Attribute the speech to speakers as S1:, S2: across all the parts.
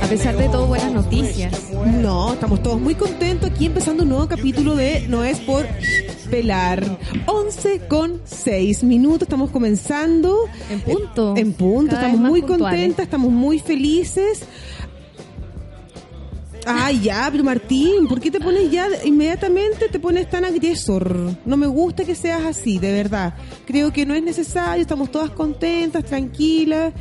S1: A pesar de todo, buenas noticias.
S2: No, estamos todos muy contentos aquí empezando un nuevo capítulo de No es por pelar. 11 con 6 minutos, estamos comenzando.
S1: En punto.
S2: En punto,
S1: Cada vez
S2: estamos
S1: más
S2: muy
S1: puntuales.
S2: contentas, estamos muy felices. Ay, ya, pero Martín, ¿por qué te pones ya inmediatamente te pones tan agresor? No me gusta que seas así, de verdad. Creo que no es necesario, estamos todas contentas, tranquilas.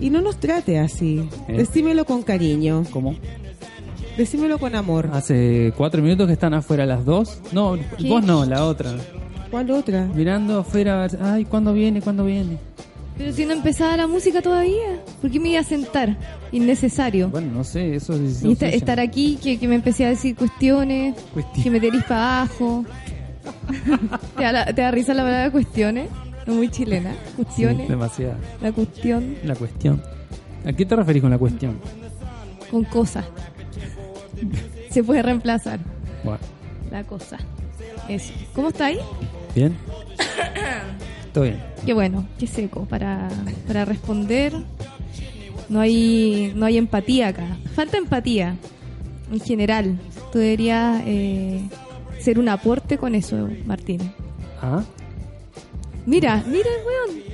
S2: Y no nos trate así.
S3: Eh.
S2: Decímelo con cariño.
S3: ¿Cómo?
S2: Decímelo con amor.
S3: Hace cuatro minutos que están afuera las dos. No,
S1: ¿Qué?
S3: vos no, la otra.
S2: ¿Cuál otra?
S3: Mirando afuera, ay, ¿cuándo viene? ¿Cuándo viene?
S1: Pero si no empezaba la música todavía, ¿por qué me iba a sentar? Innecesario.
S3: Bueno, no sé, eso es decisión
S1: Y esta-
S3: suya.
S1: estar aquí, que, que me empecé a decir cuestiones,
S3: Cuestión.
S1: que me tirís para abajo. ¿Te, da la- te da risa la palabra cuestiones? No muy chilena.
S3: Sí,
S1: Cuestiones.
S3: demasiado.
S1: la cuestión
S3: La cuestión. ¿A qué te referís con la cuestión?
S1: con cosas. Se puede reemplazar
S3: Bueno,
S1: la cosa. Eso. ¿Cómo está ahí?
S3: ¿bien? Todo bien.
S1: Qué bueno, qué seco para, para responder. No hay, no hay empatía acá. Falta empatía en general. Tú deberías eh, ser un aporte con eso, Martín.
S3: ¿Ah?
S1: Mira, mira, weón.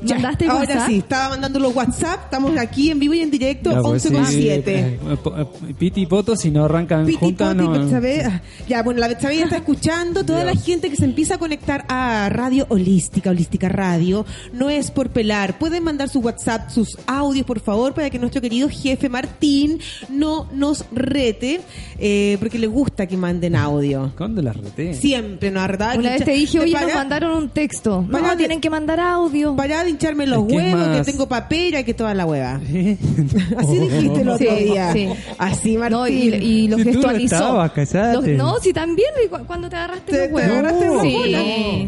S2: Ya,
S1: ¿Mandaste
S2: ahora
S1: WhatsApp?
S2: sí, estaba mandando los WhatsApp, estamos aquí en vivo y en directo,
S3: Ya, pues,
S2: 11,7.
S3: sí, eh, po- eh, Piti y Poto, si no arrancan
S2: Piti,
S3: juntas,
S2: poti,
S3: no. eh.
S2: Betsabe. Ah, Ya, bueno, la Betsabe ya está escuchando. Toda la gente que se empieza a conectar a Radio Holística, Holística Radio, no es por pelar. Pueden mandar su WhatsApp, sus audios, por favor, para que nuestro querido jefe Martín no nos rete, eh, porque le gusta que manden audio.
S3: ¿Cuándo las reté?
S2: Siempre nos arretaba.
S1: Una vez te dije, oye, nos mandaron un texto.
S2: Para
S1: no,
S2: de-
S1: tienen que mandar audio.
S2: Para de hincharme los
S3: Es que es
S2: huevos,
S3: más-
S2: que tengo papera, que toda la hueva.
S3: ¿Eh?
S2: Así dijiste el otro
S1: Sí,
S2: día.
S1: sí.
S2: Así, Martín.
S1: No, y, y lo
S3: Si tú no
S1: gestualizó.
S3: estabas, cállate.
S1: Los- no, sí, también, y cu- cuando te agarraste
S2: Te-
S1: los
S2: te
S1: huevos.
S2: agarraste
S3: los
S1: Sí,
S2: bolas.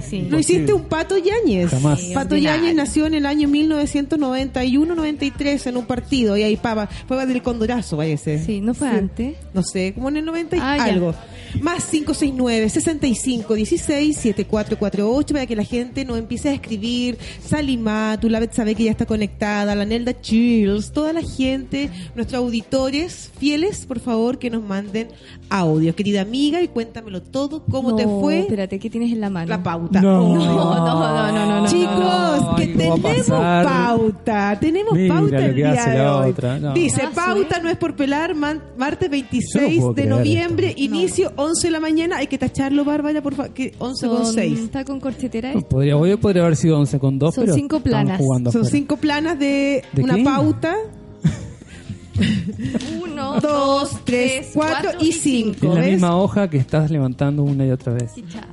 S1: sí.
S2: Lo hiciste un Pato Yáñez.
S3: Jamás.
S2: Pato
S1: ordinario.
S2: Yáñez nació en el año 1991-93 en un partido y ahí pava, fue del Condorazo, váyase.
S1: Sí, no fue antes.
S2: No sé, como en el 90 y
S1: Ah, ya.
S2: algo. Más 569 65 16 7448 para que la gente no empiece a escribir. Salimatu, la sabe que ya está conectada, la Nelda Chills, toda la gente, nuestros auditores fieles, por favor, que nos manden audio. Querida amiga, y cuéntamelo todo, cómo
S1: no,
S2: te fue
S1: Espérate, ¿qué tienes en la mano?
S2: la pauta.
S3: No.
S1: No, no, no, no, no, no.
S2: Chicos,
S3: no,
S2: que
S3: algo va a
S2: tenemos
S3: pasar.
S2: pauta, tenemos
S3: Mira
S2: pauta
S3: lo
S2: el
S3: que
S2: día
S3: hace
S2: de
S3: la
S2: hoy.
S3: otra, no.
S2: Dice,
S1: Ah, sí.
S2: pauta no es por pelar, man- martes
S3: Yo
S2: 26
S3: no puedo
S2: de
S3: creer
S2: noviembre,
S3: esto.
S2: inicio 11 de la mañana, hay que tacharlo, Bárbara, por favor, que 11
S1: Son-
S2: con 6.
S1: Está con corchetera.
S3: No, podría, hoy podría haber sido 11 con 2,
S1: Son
S3: pero
S1: cinco
S3: estamos
S1: planas.
S3: jugando
S2: Son
S3: afuera.
S2: cinco planas de,
S3: ¿De
S2: una
S3: clima?
S2: pauta,
S1: Uno,
S2: dos, tres, cuatro y
S3: Es
S2: cinco.
S3: la
S2: ¿ves?
S3: misma hoja que estás levantando una y otra vez.
S1: Qué chanta.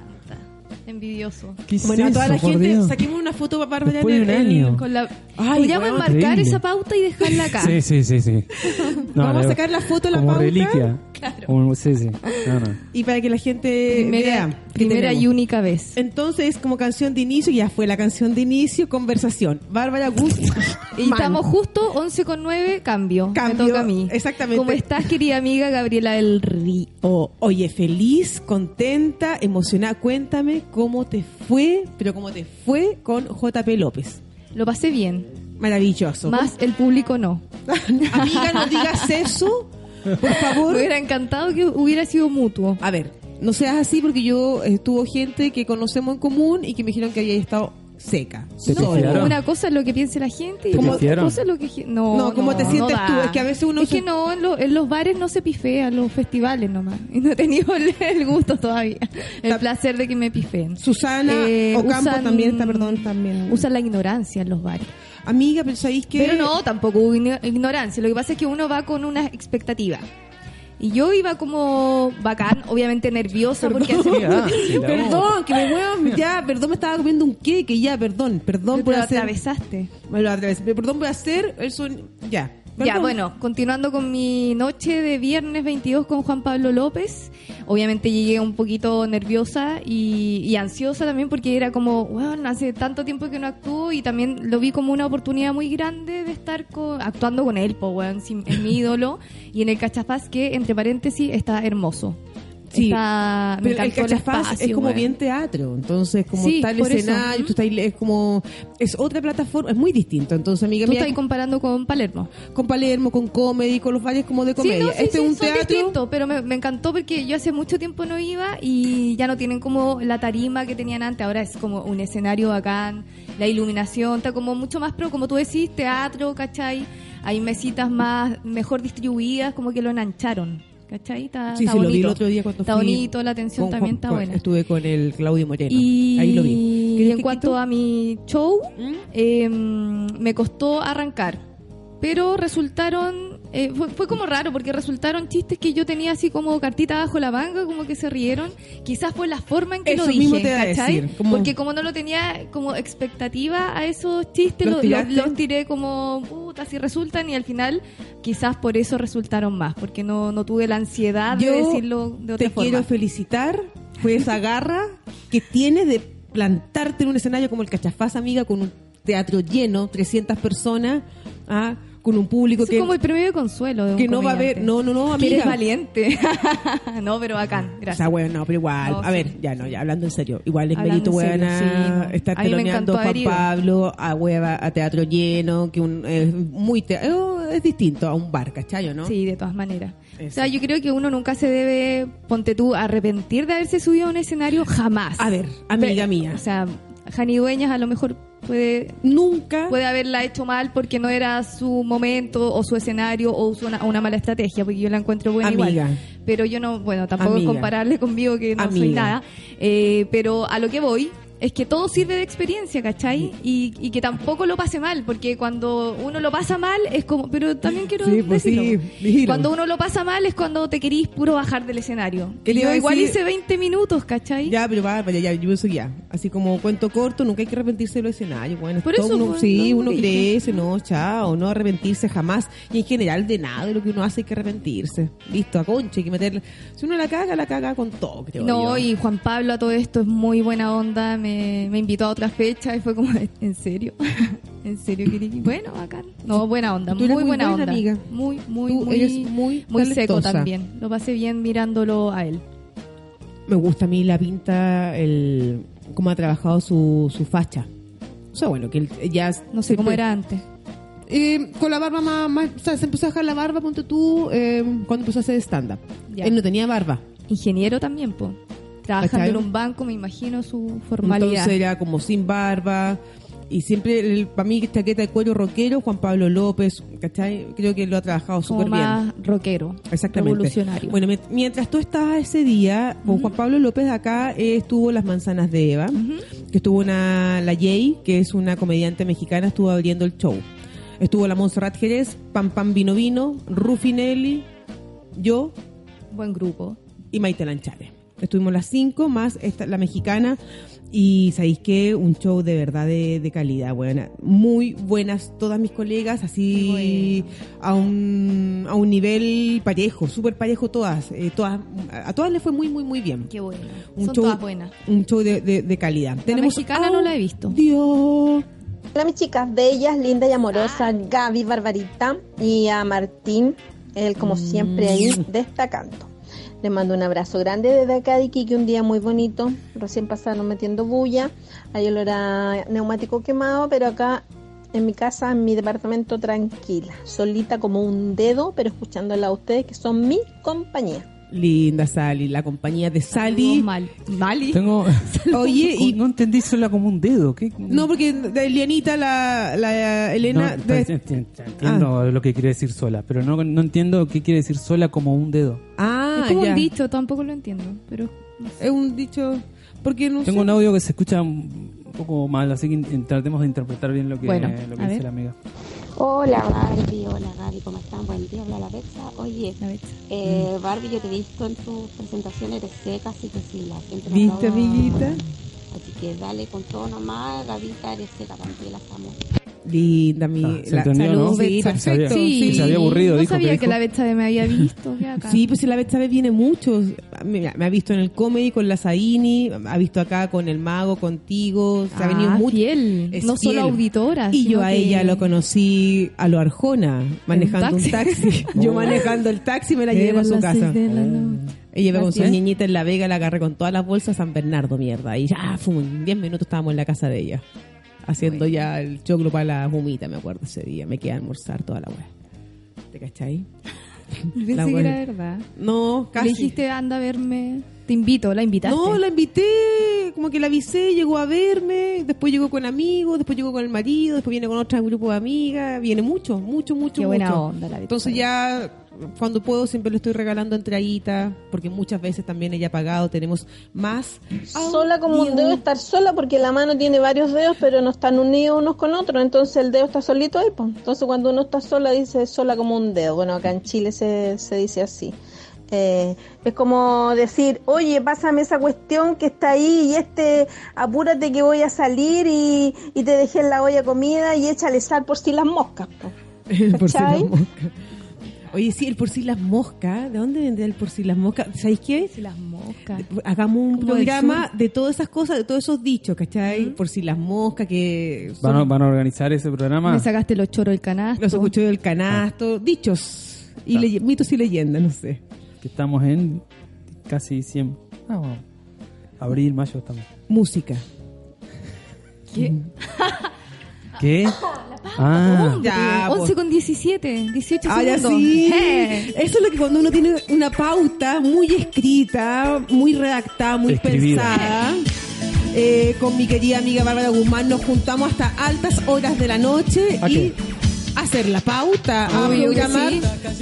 S1: Envidioso.
S3: ¿Qué es
S2: Bueno, a toda la
S3: eso, por
S2: gente,
S3: Dios?
S2: saquemos una foto para Bárbara
S3: Después de
S2: en
S3: un
S2: el-
S3: año.
S1: Con la...
S2: Ay,
S1: Podríamos
S2: weón,
S1: enmarcar
S3: increíble.
S1: esa pauta y dejarla acá. Eh,
S3: Sí, sí, sí, sí. No,
S2: Vamos a
S3: la-
S2: sacar la foto de la
S3: como
S2: pauta.
S3: reliquia. Un- sí, sí. No, no.
S2: Y para que la gente
S1: Primera,
S2: Eh, vea. Eh, que
S1: primera
S2: tenemos.
S1: y única vez.
S2: Entonces, como canción de inicio, ya fue la canción de inicio, conversación. Bárbara Gus.
S1: Y
S2: Man.
S1: estamos justo 11 con 9, cambio.
S2: Cambio,
S1: Me toca a mí.
S2: exactamente.
S1: ¿Cómo estás, querida amiga Gabriela del Río?
S2: Oh, oye, feliz, contenta, emocionada. Cuéntame cómo te fue, pero cómo te fue con JP López.
S1: Lo pasé bien,
S2: Maravilloso.
S1: más el público no.
S2: Amiga, no digas eso, por favor.
S1: Me hubiera encantado que hubiera sido mutuo.
S2: A ver, no seas así porque yo estuvo gente que conocemos en común y que me dijeron que había estado seca.
S3: ¿Te
S2: sola.
S3: pifiaron?
S1: Una cosa es lo que piense la gente y
S3: ¿Te
S1: otra
S3: pifiaron?
S1: cosa es lo que... No,
S2: No, ¿cómo te sientes
S1: da.
S2: tú? Es que a veces uno
S1: Es
S2: se-
S1: que no, en, lo- en los bares no se pifea, en los festivales nomás. Y no he tenido el, el gusto todavía, el
S2: Ta-
S1: placer de que me pifeen.
S2: Susana
S1: Eh,
S2: Ocampo
S1: usan-
S2: también está, perdón, también.
S1: Usan la ignorancia en los bares.
S2: Amiga, pero ¿sabéis que
S1: Pero no, tampoco hubo igno- ignorancia. Lo que pasa es que uno va con una expectativa. Y yo iba como bacán, obviamente nerviosa porque hace
S3: Sí, ah, sí, la voz.
S2: Perdón, que me muevan, ya, perdón, me estaba comiendo un queque, ya, perdón, perdón
S1: Pero
S2: por
S1: lo
S2: hacer.
S1: atravesaste.
S2: Me lo atravesé, pero perdón por hacer eso, ya.
S1: Ya,
S2: Perdón.
S1: bueno, continuando con mi noche de viernes 22 con Juan Pablo López, obviamente llegué un poquito nerviosa y, y ansiosa también porque era como, bueno, hace tanto tiempo que no actúo y también lo vi como una oportunidad muy grande de estar co- actuando con él, po, weón, sin- es mi ídolo, y en el Cachafaz que, entre paréntesis, está hermoso.
S2: Sí.
S1: Está- me
S2: Pero el
S1: encantó el
S2: cachafaz
S1: espacio,
S2: es como
S1: weón.
S2: bien teatro, entonces como
S1: Sí,
S2: está el
S1: por eso.
S2: escenario, tú estás ahí, es como es otra plataforma, es muy distinto. Entonces, amiga
S1: Tú
S2: mía,
S1: estás comparando con Palermo.
S2: con Palermo, con comedy, con los valles como de comedia.
S1: Sí, no, sí,
S2: este
S1: sí,
S2: es un
S1: son
S2: teatro
S1: distintos, pero me, me encantó porque yo hace mucho tiempo no iba y ya no tienen como la tarima que tenían antes. Ahora es como un escenario bacán, la iluminación está como mucho más pro, como tú decís, teatro, ¿cachai? Hay mesitas más, mejor distribuidas, como que lo enancharon, ¿cachai? Está,
S2: Sí,
S1: está
S2: sí, lo
S1: bonito.
S2: vi el otro día cuando
S1: está
S2: fui
S1: bonito, la atención
S2: con
S1: también
S2: Juan-
S1: está
S2: con-
S1: buena.
S2: Estuve con el Claudio Moreno.
S1: Y,
S2: Ahí lo vi.
S1: y
S2: ¿Querías
S1: en
S2: que
S1: cuanto
S2: quito?
S1: a mi show,
S2: ¿Mm?
S1: eh, me costó arrancar. Pero resultaron, eh, fue, fue como raro, porque resultaron chistes que yo tenía así como cartita bajo la manga, como que se rieron. Quizás por la forma en que
S2: Eso
S1: lo dije,
S2: mismo te iba a
S1: ¿cachai?
S2: decir, como-
S1: Porque como no lo tenía como expectativa a esos chistes,
S2: ¿Los
S1: lo- lo-
S2: tiraste?
S1: los tiré como, puta, si resultan, y al final quizás por eso resultaron más, porque no, no tuve la ansiedad de decirlo de otra
S2: te
S1: forma.
S2: quiero felicitar por esa garra que tienes de plantarte en un escenario como el Cachafaz, amiga, con un teatro lleno, 300 personas, ah, con un público
S1: Eso
S2: que
S1: es como el premio de consuelo de un
S2: que no va a
S1: comediante.
S2: haber- no, no, no,
S1: Que
S2: amiga.
S1: eres valiente. no, pero bacán.
S2: O
S1: Gracias.
S2: sea, bueno, no, pero igual,
S1: No,
S2: a
S1: sí.
S2: ver, ya no, ya hablando en serio, igual es
S1: Hablando
S2: mérito
S1: en serio,
S2: buena
S1: sí, no.
S2: estar
S1: A mí me encantó
S2: teloneando a Juan
S1: haber ido.
S2: Pablo, a hueva, a teatro lleno, que un, es muy te- eh, es distinto a un bar, ¿cachayo, no?
S1: Sí, de todas maneras.
S2: Eso.
S1: O sea, yo creo que uno nunca se debe, ponte tú, arrepentir de haberse subido a un escenario jamás.
S2: A ver, amiga
S1: Pero,
S2: mía.
S1: O sea, Jani Dueñas a lo mejor puede
S2: Nunca
S1: puede haberla hecho mal porque no era su momento o su escenario o usó una, una mala estrategia, porque yo la encuentro buena
S2: Amiga.
S1: igual. Pero yo no, bueno, tampoco es
S2: Amiga.
S1: comparable conmigo que no soy
S2: Amiga.
S1: nada. Eh, pero a lo que voy es que todo sirve de experiencia, ¿cachai? Y, y que tampoco lo pase mal, porque cuando uno lo pasa mal es como, pero también quiero
S2: Sí, pues
S1: decirlo.
S2: sí, dilo.
S1: Cuando uno lo pasa mal es cuando te querís puro bajar del escenario. Y
S2: ¿Qué te
S1: yo
S2: iba a
S1: igual
S2: decir?
S1: hice 20 minutos, ¿cachai?
S2: Ya, pero va, vaya, ya, yo pienso que ya. Así como cuento corto, nunca hay que arrepentirse de los escenarios. Bueno,
S1: Por
S2: todo
S1: eso,
S2: uno,
S1: bueno,
S2: sí,
S1: no,
S2: uno
S1: dije.
S2: crece, no, chao, no arrepentirse jamás. Y en general, de nada de lo que uno hace hay que arrepentirse. Listo, a concha, hay que meterle. Si uno la caga, la caga con todo, creo
S1: No,
S2: yo.
S1: y Juan Pablo a todo esto es muy buena onda, me, me invitó a otra fecha y fue como, ¿en serio? ¿En serio, Kiriki? Bueno, bacán. No, buena onda,
S2: Tú
S1: muy,
S2: eres muy
S1: buena,
S2: buena,
S1: onda.
S2: amiga.
S1: Muy, muy,
S2: Tú
S1: muy,
S2: eres muy
S1: muy seco
S2: talentosa.
S1: también. Lo pasé bien mirándolo a él.
S2: Me gusta a mí la pinta, el cómo ha trabajado su, su facha. O sea, bueno, que él ya...
S1: No sé cómo
S2: siempre-
S1: era antes.
S2: Eh, con la barba más, más- O sea, se empezó a dejar la barba, ponte tú, eh, cuando empezó a hacer stand-up.
S1: Ya.
S2: Él no tenía barba.
S1: Ingeniero también, po. Trabajando
S2: ¿Cachai?
S1: en un banco, me imagino su formalidad.
S2: Entonces era como sin barba. Y siempre, para mí, chaqueta de cuero rockero, Juan Pablo López, ¿cachai? Creo que lo ha trabajado
S1: como
S2: súper bien.
S1: más rockero,
S2: Exactamente.
S1: revolucionario.
S2: Bueno, mient- mientras tú estabas ese día, con Juan Pablo López acá eh, estuvo Las Manzanas de Eva, que estuvo una, la Jay, que es una comediante mexicana, estuvo abriendo el show. Estuvo la Montserrat Jerez, Pam Pam Vino Vino, Rufinelli, yo,
S1: Buen grupo.
S2: y Maite Lanchales. Estuvimos las cinco, más esta, la mexicana. Y sabéis que un show de verdad de, de calidad, buena. Muy buenas todas mis colegas, así a un, a un nivel parejo, súper parejo todas. eh, todas a, a todas les fue muy, muy, muy bien.
S1: Qué bueno.
S2: Un
S1: Son
S2: show,
S1: todas buenas.
S2: Un show de, de- de calidad.
S1: mexicana no la he visto.
S2: Dios.
S4: Hola mis chicas bellas, lindas y amorosas, Gaby, Barbarita y a Martín, él como siempre ahí destacando. Le mando un abrazo grande desde acá de Iquique, un día muy bonito, recién pasaron metiendo bulla, ahí olor a neumático quemado, pero acá en mi casa, en mi departamento tranquila, solita como un dedo, pero escuchándola a ustedes que son mi compañía.
S2: Linda Sally, la compañía de Sally.
S1: Saludos, Mal. Mali.
S3: Tengo.
S2: Oye, y
S3: No entendí sola como un dedo. ¿qué?
S2: no, porque Elianita, la, la Elena, Ah.
S3: No,
S2: debe-
S3: enti- enti- entiendo lo que quiere decir sola, pero no, no entiendo qué quiere decir sola como un dedo.
S2: Ah,
S1: es como
S2: ya.
S1: un dicho, tampoco lo entiendo, pero no sé.
S2: Es un dicho. Porque no
S3: Tengo
S2: sé.
S3: un audio que se escucha un poco mal, así que in- tratemos de interpretar bien lo que,
S1: Bueno,
S3: lo que
S1: a
S3: dice
S1: ver.
S3: la amiga.
S5: Hola Barbie, hola Gaby, ¿cómo están? Buen día, habla la Betsa. Oye,
S1: La Betsa.
S2: Mm.
S5: eh, Barbie, yo te he visto en tus presentaciones, eres seca, así que sí, la gente nos
S2: ¿Viste,
S3: Ah.
S5: roba.
S2: amiguita?
S5: Así que dale con todo nomás, Gavita, eres seca, también la estamos.
S2: Linda, mi.
S3: Ah, se entendió,
S2: salud,
S3: ¿no?
S2: Betsabe.
S3: Se
S2: perfecto.
S3: sabía.
S2: sí.
S3: Que se había aburrido,
S1: no
S3: dijo,
S1: sabía
S3: que
S1: que,
S3: dijo.
S1: la Betsabe me había visto. qué bacán.
S2: Sí, pues si la Betsabe viene mucho. Mira, me ha visto en el comedy con la Zaini, ha visto acá con el mago, contigo. Se ha venido
S1: Ah,
S2: mucho.
S1: fiel.
S2: Es
S1: no solo
S2: fiel.
S1: auditora.
S2: Y yo
S1: sino
S2: a
S1: que-
S2: ella lo conocí a lo Arjona, manejando un
S1: taxi.
S2: taxi.
S3: Oh.
S2: yo manejando el taxi me la llevé
S1: Eran
S2: para su
S1: las
S2: casa. Ah,
S1: seis de la noche.
S2: Ella iba con
S1: Así
S2: sus
S1: es.
S2: niñitas en la vega, la agarré con todas las bolsas a San Bernardo, mierda. Y ya, fum, en 10 minutos estábamos en la casa de ella. Haciendo ya el choclo para la humita, me acuerdo ese día. Me quedé a almorzar toda la weá. ¿Te cachai?
S1: Pensé
S2: La
S1: que
S2: buena.
S1: era verdad.
S2: No, casi.
S1: Le dijiste, anda a verme. Te invito, la invitaste.
S2: No, la invité, como que la avisé, llegó a verme, después llegó con amigos, después llegó con el marido, después viene con otro grupo de amigas, viene mucho, mucho, mucho,
S1: Qué buena
S2: mucho.
S1: onda la
S2: Entonces ya cuando puedo siempre le estoy regalando entradita, porque muchas veces también ella ha pagado, tenemos más
S4: Sola como un
S2: audio.
S4: dedo estar sola porque la mano tiene varios dedos pero no están unidos unos con otros, entonces el dedo está solito ahí. pues. Entonces cuando uno está sola dice sola como un dedo. Bueno, acá en Chile se, se dice así. Eh, es como decir, oye, pásame esa cuestión que está ahí y este, apúrate que voy a salir y, y te dejé en la olla comida y échale sal por si las moscas. po".
S2: por si las
S4: ¿Cachai?
S2: moscas. Oye, sí, el por si las moscas, ¿de dónde vendrá el por si las moscas? ¿Sabéis qué?
S1: Si las moscas.
S2: Hagamos un
S1: Como del
S2: programa de todas esas cosas, de todos esos dichos, ¿cachai? Por si las moscas que son-
S3: ¿Van a, van a organizar ese programa?
S1: Me sacaste los choros del canasto.
S2: Los escuchó del
S3: Ah.
S2: canasto, dichos y leye- mitos y leyendas, no sé.
S3: Que estamos en casi diciembre. Ah, bueno. Abril, mayo estamos.
S2: Música.
S1: ¿Qué?
S3: ¿Qué? Ah,
S2: Ya,
S1: 11
S2: pues.
S1: con 17, 18
S2: Ah, ya
S1: segundos.
S2: sí.
S1: Eh.
S2: Eso es lo que cuando uno tiene una pauta muy escrita, muy redactada, muy
S3: Escribida.
S2: pensada. eh, con mi querida amiga Bárbara Guzmán nos juntamos hasta altas horas de la noche
S3: ¿A
S2: y
S3: qué?
S2: hacer la pauta, a
S1: Obvio que
S2: programar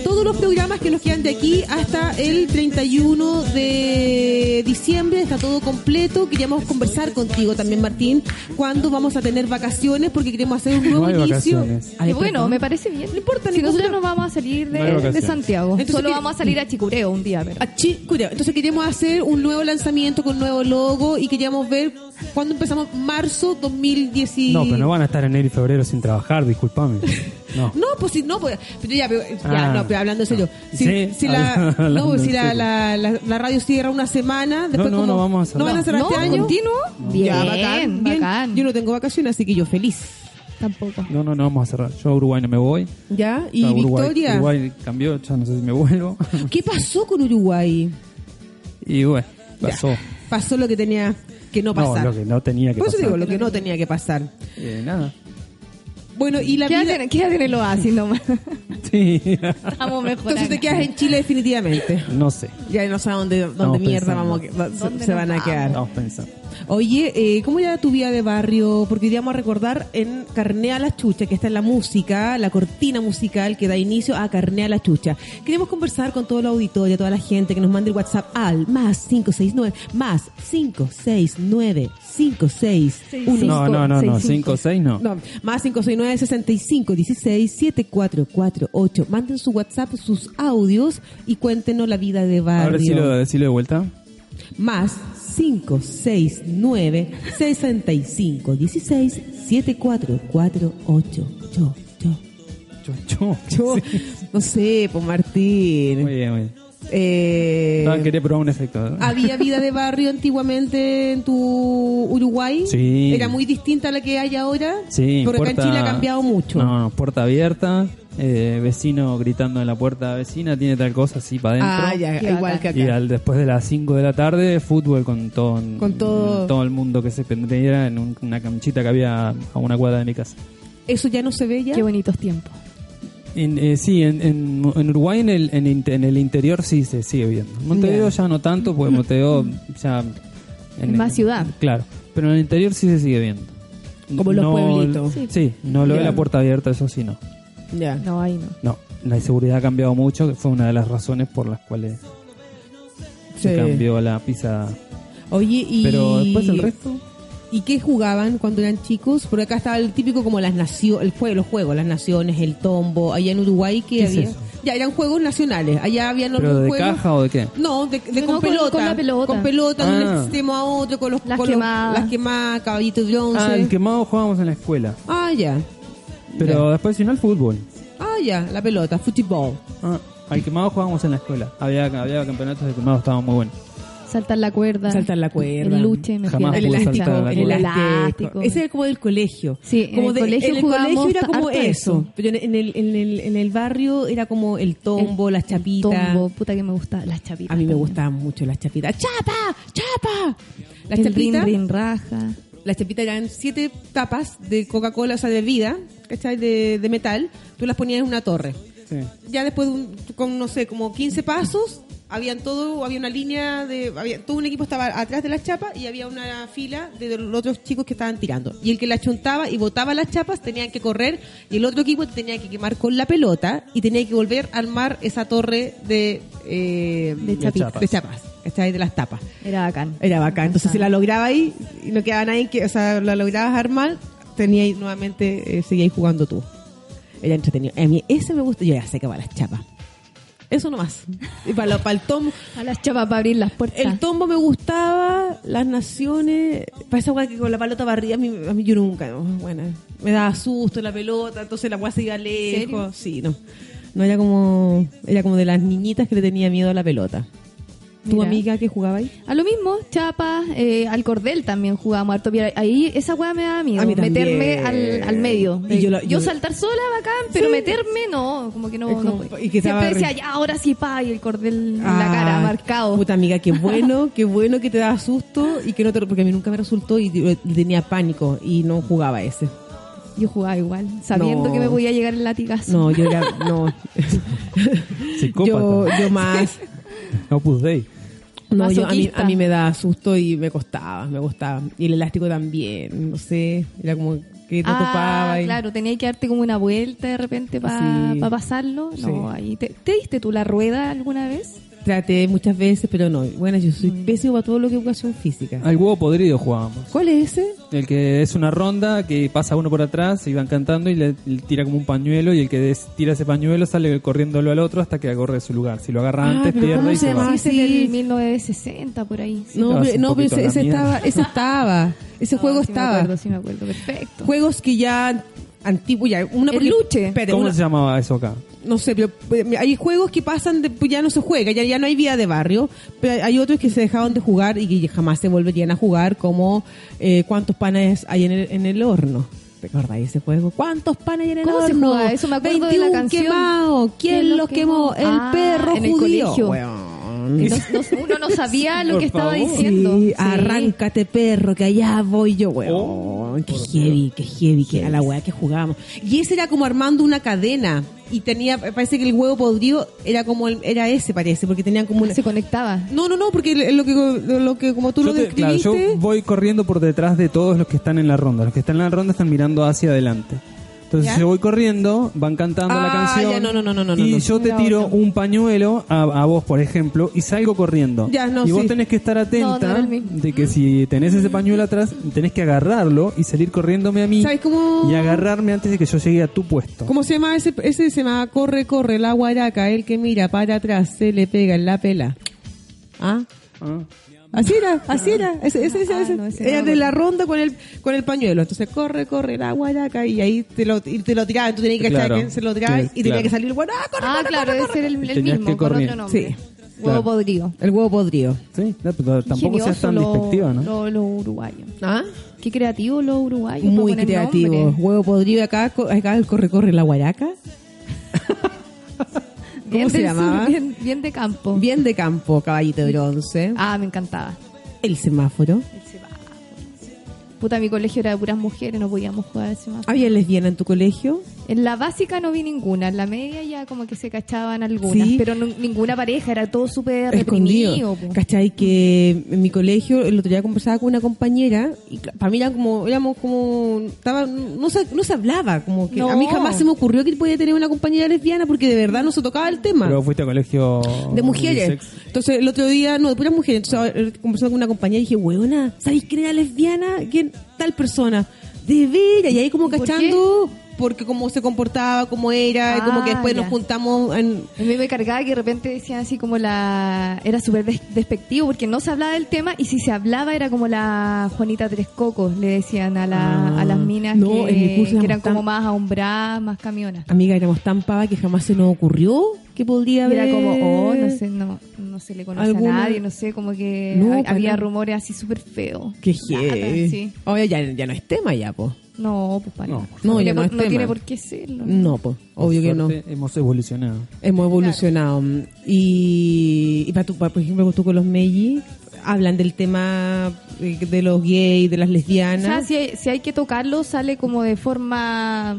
S2: todos los programas que nos quedan de aquí hasta el 31 de diciembre, está todo completo. Queríamos conversar contigo también, Martín, cuándo vamos a tener vacaciones porque queremos hacer un
S3: No
S2: nuevo
S3: hay
S2: inicio.
S3: vacaciones.
S2: Ay,
S1: Y Ah, bueno,
S2: perdón.
S1: me parece bien. No
S2: importa,
S1: Si
S2: ningún
S1: nosotros
S2: pro-
S1: no vamos a salir de,
S3: No hay vacaciones.
S1: de Santiago.
S2: Entonces,
S1: Solo
S2: ¿qué-
S1: vamos a salir a Chicureo un día, pero.
S2: A Chi- Cureo. Entonces queríamos hacer un nuevo lanzamiento con nuevo logo y queríamos ver cuándo empezamos marzo 2019.
S3: no, pero no van a estar enero y febrero sin trabajar, discúlpame. No.
S2: No, pues si no, pues, pero ya, pero, ya,
S3: Ah.
S2: no, pero hablando en serio. Si,
S3: Sí,
S2: si la,
S3: hablando
S2: no, pues, si
S3: en
S2: la,
S3: serio.
S2: la, la- la radio cierra una semana, después
S3: no,
S2: como-
S3: no vamos a
S2: ¿no van a
S3: cerrar.
S2: cerrar este año.
S1: continuo. Bien,
S2: Ya, bacán, bien.
S1: bacán.
S2: Yo no tengo vacaciones, así que yo feliz.
S1: Tampoco.
S3: No, no, no vamos a cerrar. Yo a Uruguay no me voy.
S2: ¿Ya? Y
S3: Ya, Uruguay,
S2: Victoria,
S3: Uruguay cambió, ya no sé si me vuelvo.
S2: ¿qué pasó con Uruguay?
S3: Y bueno,
S2: Ya.
S3: pasó.
S2: Pasó lo que tenía que no
S3: no,
S2: pasar.
S3: lo que no tenía que
S2: Por eso
S3: pasar.
S2: digo, lo que no tenía que pasar.
S3: Eh, nada.
S2: Bueno, y la vida...
S1: Quédate, en- quédate en el oasis nomás.
S3: Sí.
S1: Estamos mejor.
S2: Entonces te
S1: acá.
S2: quedas en Chile definitivamente.
S3: no sé.
S2: Ya no sé a dónde, dónde
S3: Estamos
S2: mierda
S3: pensando.
S2: vamos, a que- va- se-
S1: ¿Dónde
S2: se
S1: nos
S2: van a
S1: vamos?
S2: quedar.
S3: Estamos pensando.
S2: Oye, eh, ¿cómo era tu vida de barrio? Porque hoy día vamos a recordar en Carnea la Chucha, que está en la música, la cortina musical que da inicio a Carnea la Chucha. Queremos conversar con todo el auditorio, toda la gente que nos mande el WhatsApp al más 569, más 569, 561.
S3: No, no, no, no. 5 6 no.
S2: No, más 569 65 16 7448. Manden su WhatsApp, sus audios y cuéntenos la vida de barrio.
S3: Ahora sí lo, sí lo de vuelta.
S2: Más 569 65 16 7448. Yo, yo,
S3: Yo, yo.
S2: yo. No sé, pues
S3: Muy
S2: Martín.
S3: bien, muy bien.
S2: Eh, ah,
S3: Estaba- quería probar un efecto. ¿no?
S2: ¿Había vida de barrio antiguamente en tu Uruguay?
S3: Sí.
S2: ¿Era muy distinta a la que hay ahora?
S3: Sí,
S2: Porque acá
S3: puerta-
S2: en Chile ha cambiado mucho.
S3: No, no, puerta abierta, eh, vecino gritando en la puerta vecina, tiene tal cosa así para adentro.
S2: Ah, ya,
S1: Qué
S2: igual
S1: bacán.
S2: que acá.
S3: Y al, después de las 5 de la tarde, fútbol con todo,
S2: Con todo-
S3: todo el mundo que se pendiera en un- una canchita que había a una cuadra de mi casa.
S2: ¿Eso ya no se ve ya?
S1: Qué bonitos tiempos.
S3: En, eh, sí, en, en- en Uruguay en el, en, inte- en el interior sí se sigue viendo. Montevideo ya no tanto, porque
S2: Mm.
S3: Montevideo ya...
S1: Es más ciudad.
S3: Claro, pero en el interior sí se sigue viendo.
S2: Como los pueblitos.
S3: Sí, no lo ve
S2: Claro.
S3: la puerta abierta, eso sí no.
S2: Ya.
S1: No, ahí no.
S3: No, la inseguridad ha cambiado mucho, que fue una de las razones por las cuales se
S2: Sí.
S3: cambió la pizza.
S2: Oye, y...
S3: Pero después el resto...
S2: ¿Y qué jugaban cuando eran chicos? Porque acá estaba el típico como las naciones, el juego, los juegos, las naciones, el tombo, allá en Uruguay que
S3: ¿Qué es
S2: había.
S3: eso?
S2: Ya eran juegos nacionales, allá habían los
S3: ¿Pero de
S2: juegos.
S3: caja o de qué?
S2: No, de, de
S1: No,
S2: con,
S1: con-
S2: pelota,
S1: con la pelota.
S2: Con pelota de un
S3: Ah.
S2: extremo a otro, con los
S1: Las
S2: con los-
S1: quemadas.
S2: las quemadas, caballitos de once.
S3: Ah, el quemado jugábamos en la escuela.
S2: Ah, ya.
S3: Pero después, si no, el fútbol.
S2: Ah, ya, la pelota, fútbol.
S3: Ah, al quemado jugábamos en la escuela. Había, había campeonatos de quemado, estaban muy buenos.
S1: Saltar la cuerda.
S2: Saltar la cuerda.
S1: El luche, me
S3: Jamás
S1: fui a
S2: El
S3: pude
S1: cancha.
S2: elástico,
S3: saltar la
S2: el
S3: cuerda.
S2: elástico. Ese era como del colegio.
S1: Sí, en
S2: como
S1: el colegio
S2: en el
S1: jugábamos
S2: colegio era como
S1: harto
S2: eso.
S1: eso.
S2: Pero en en el, en, el, en el barrio era como el tombo, las chapitas.
S1: Tombo, puta que me gusta. Las chapitas.
S2: A mí me
S1: también.
S2: gustaban mucho las chapitas. ¡Chapa! ¡Chapa! Las
S1: el rin,
S2: chapitas.
S1: rin, raja.
S2: Las chapitas eran siete tapas de Coca-Cola, o sea, de vida, ¿cachai? De, de metal. Tú las ponías en una torre.
S3: Sí.
S2: Ya después, de un- con no sé, como 15 pasos, habían todo, había una línea de. Había, todo un equipo estaba atrás de las chapas y había una fila de los otros chicos que estaban tirando. Y el que la chuntaba y botaba las chapas tenían que correr y el otro equipo tenía que quemar con la pelota y tenía que volver a armar esa torre de. eh,
S1: De chapitas.
S2: De chapas, ¿cachai? De las tapas.
S1: Era bacán.
S2: Era bacán. Entonces, si la lograba ahí y no quedaba nadie que, o sea, la lograbas armar, tenía ahí nuevamente, eh, seguías jugando tú. Era entretenido. A mí ese me gusta. Yo ya sé que va a las chapas. Eso nomás. Y para, lo- para el tombo.
S1: A las chapas para abrir las puertas.
S2: El tombo me gustaba, las naciones. Para esa weá que con la pelota barría, a mí, a mí yo nunca. no, bueno, me daba susto la pelota, entonces la weá se iba lejos. Sí, no. No era como. Era como de las niñitas que le tenía miedo a la pelota. ¿Tu
S1: Mira.
S2: amiga que jugaba ahí?
S1: A lo mismo, chapas, eh, al cordel también jugábamos harto. Pero ahí esa weá me da miedo.
S2: A mí también.
S1: meterme al, al medio.
S2: Y yo
S1: yo,
S2: la- yo-
S1: saltar sola, bacán, pero meterme no, como que no.
S2: Es como-
S1: no puedo.
S2: y que estaba
S1: Siempre decía,
S2: re-
S1: ya, ahora sí, pa, y el cordel en
S2: Ah,
S1: la cara, marcado.
S2: Puta amiga, qué bueno, qué bueno que te daba susto y que no te, porque a mí nunca me resultó y yo tenía pánico y no jugaba ese.
S1: Yo jugaba igual, sabiendo
S2: No.
S1: que me podía llegar el latigazo.
S2: No, yo era, no,
S3: Psicópata.
S2: yo, yo más,
S3: Opus Dei.
S2: no, yo a mí,
S1: Masoquista.
S2: a mí me daba susto y me costaba, me costaba y el elástico también, no sé, era como que te
S1: Ah,
S2: topaba y
S1: claro, tenía que darte como una vuelta de repente para
S2: Sí.
S1: pasarlo. No,
S2: Sí.
S1: ahí te, ¿te diste tú la rueda alguna vez?
S2: traté muchas veces, pero no. Bueno, yo soy
S1: Mm.
S2: pésimo para todo lo que es educación física.
S3: Al huevo podrido jugábamos.
S2: ¿Cuál es ese?
S3: El que es una ronda que pasa uno por atrás, y van cantando y le, le tira como un pañuelo y el que des- tira ese pañuelo sale corriéndolo al otro hasta que agarre su lugar. Si lo agarra
S2: Ah,
S3: antes
S2: pero
S3: pierde
S2: ¿cómo
S3: y
S2: se
S3: se
S2: llama?
S3: va.
S1: Sí,
S2: Ah,
S1: es en
S2: sí.
S1: el 1960 por ahí. sí.
S2: No,
S3: Estabas
S2: pero-
S3: un
S2: no, pero
S3: poquito a
S2: ese,
S3: la
S2: ese
S3: mierda.
S2: estaba, ese estaba, ese
S1: No,
S2: juego
S1: Ah, sí
S2: estaba.
S1: Me acuerdo, sí, me acuerdo, perfecto.
S2: juegos que ya antiguos ya una
S1: El luche.
S2: espérate,
S3: ¿Cómo
S2: una-
S3: se llamaba eso acá?
S2: no sé pero eh, hay juegos que pasan de, pues ya no se juega ya, ya no hay vida de barrio pero hay otros que se dejaron de jugar y que jamás se volverían a jugar como eh, cuántos panes hay en el, en el horno ¿Te acordás de ese juego? ¿Cuántos panes hay en el
S1: ¿Cómo se
S2: horno?
S1: jugaba eso? Me acuerdo de la canción.
S2: quemado. ¿Quién, los quemó? El
S1: Ah,
S2: perro
S1: en el
S2: judío.
S1: colegio.
S2: Weón.
S1: Que no- no- uno no sabía lo
S3: Por
S1: que estaba
S3: favor.
S1: diciendo.
S2: Sí,
S1: Sí.
S2: arráncate perro, que allá voy yo, weón.
S3: Oh.
S2: qué heavy, qué heavy, que a la weá que jugábamos. Y ese era como armando una cadena. Y tenía, parece que el huevo podrido era como el- era ese, parece, porque tenían como una.
S1: Se conectaba.
S2: No, no, no, porque lo que, lo que como tú
S3: Yo
S2: lo
S3: te- claro,
S2: describiste.
S3: yo voy corriendo por detrás de todos los que están en la ronda. Los que están en la ronda están mirando hacia adelante. Entonces
S2: ¿Ya?
S3: yo voy corriendo, van cantando la
S2: Ah,
S3: canción.
S2: ya, no, no, no, no, no,
S3: y
S2: no.
S3: yo te
S1: La
S3: tiro
S1: otra.
S3: un pañuelo a, a vos, por ejemplo, y salgo corriendo.
S2: Ya, no,
S3: y vos
S2: sí.
S3: tenés que estar
S1: No, no
S3: atenta
S1: era el mismo.
S3: de que si tenés ese pañuelo atrás, tenés que agarrarlo y salir corriéndome a mí.
S2: ¿Sabes cómo-
S3: Y agarrarme antes de que yo llegue a tu puesto.
S2: ¿Cómo se llama ese? Ese se llama Corre, corre, la guaraca, el que mira para atrás se le pega en la pela. ¿Ah?
S3: Ah.
S2: Así era, así era. Ese, ese, ese,
S1: Ah,
S2: ese.
S1: no, ese no
S2: era
S1: me
S2: de
S1: acuerdo.
S2: la ronda con el con el pañuelo. Entonces corre, corre, la guaraca y ahí te lo, y te lo tiraban. Tú tenías que cachar
S3: Claro.
S2: quién se lo tiraba
S3: Sí,
S2: y tenía
S3: claro.
S2: que salir, bueno, ah, corre,
S1: Ah,
S2: corre,
S1: claro,
S2: corre,
S1: debe
S2: corre.
S1: ser el, el
S3: Tenías que
S1: mismo, con
S3: correr.
S1: otro nombre.
S2: Sí.
S3: Claro.
S1: Huevo podrido.
S2: El huevo podrido.
S3: Sí, no, pero tampoco seas
S1: Ingenioso
S3: tan
S1: lo-
S3: despectiva, ¿no?
S1: lo- los uruguayos.
S2: ¿Ah?
S1: Qué creativo los uruguayos. para
S2: Muy
S1: poner
S2: creativo.
S1: nombres.
S2: Huevo podrido acá, co- acá el corre, corre, la guaraca.
S1: Bien
S2: se
S1: del
S2: llamaba?
S1: sur, bien, bien de campo.
S2: Bien de campo, caballito de bronce.
S1: Oh. Ah, me encantaba.
S2: El semáforo.
S1: El semáforo. Puta, mi colegio era de puras mujeres, no podíamos jugar al semáforo.
S2: ¿Había lesbiana en tu colegio?
S1: En la básica no vi ninguna, en la media ya como que se cachaban algunas,
S2: Sí.
S1: pero no- ninguna pareja, era todo súper
S2: escondido.
S1: reprimido. po.
S2: ¿Cachai? Que en mi colegio, el otro día conversaba con una compañera y para mí eran como, éramos como, estaba, no, se, no se hablaba, como que
S1: No.
S2: a mí jamás se me ocurrió que podía tener una compañera lesbiana porque de verdad no se tocaba el tema.
S3: Pero fuiste a colegio...
S2: de mujeres.
S3: unisex.
S2: Entonces el otro día, no, de puras mujeres. Entonces eh, conversando con una compañera dije, weona, ¿sabéis que era lesbiana? Que que tal persona. De veras, y ahí como
S1: ¿Y por
S2: cachando, porque como se comportaba, como era, y como que
S1: Ah,
S2: después
S1: ya.
S2: nos juntamos en...
S1: A mí me cargaba que de repente decían así como la... Era súper des- despectivo porque no se hablaba del tema y si se hablaba era como la Juanita Tres Cocos, le decían a, la-
S2: Ah.
S1: a las minas
S2: No, en mi
S1: que,
S2: curso
S1: que
S2: éramos
S1: eran como
S2: tan-
S1: más ahombradas, más camionas.
S2: Amiga, éramos tan pava que jamás se nos ocurrió que podría
S1: Y
S2: haber...
S1: Era como, oh, no sé, no, no se le conoce
S2: Alguna-
S1: a nadie, no sé, como que
S2: No,
S1: ha-
S2: para
S1: había
S2: nada.
S1: rumores así súper feos.
S2: Qué
S1: Lata,
S2: heavy.
S1: sí.
S2: Oye, ya, ya no es tema ya, po.
S1: No, pues para
S3: No,
S1: nada.
S2: no, ya
S1: tiene
S2: no
S1: por-
S2: es tema.
S1: tiene por qué serlo.
S2: No, po. Obvio que no.
S3: Suerte, Hemos evolucionado.
S2: Hemos evolucionado. Y, y para tu, para, por ejemplo, tú con los Meiji, hablan del tema eh, de los gays, de las
S1: O sea,
S2: lesbianas.
S1: si hay, si hay que tocarlo, sale como de forma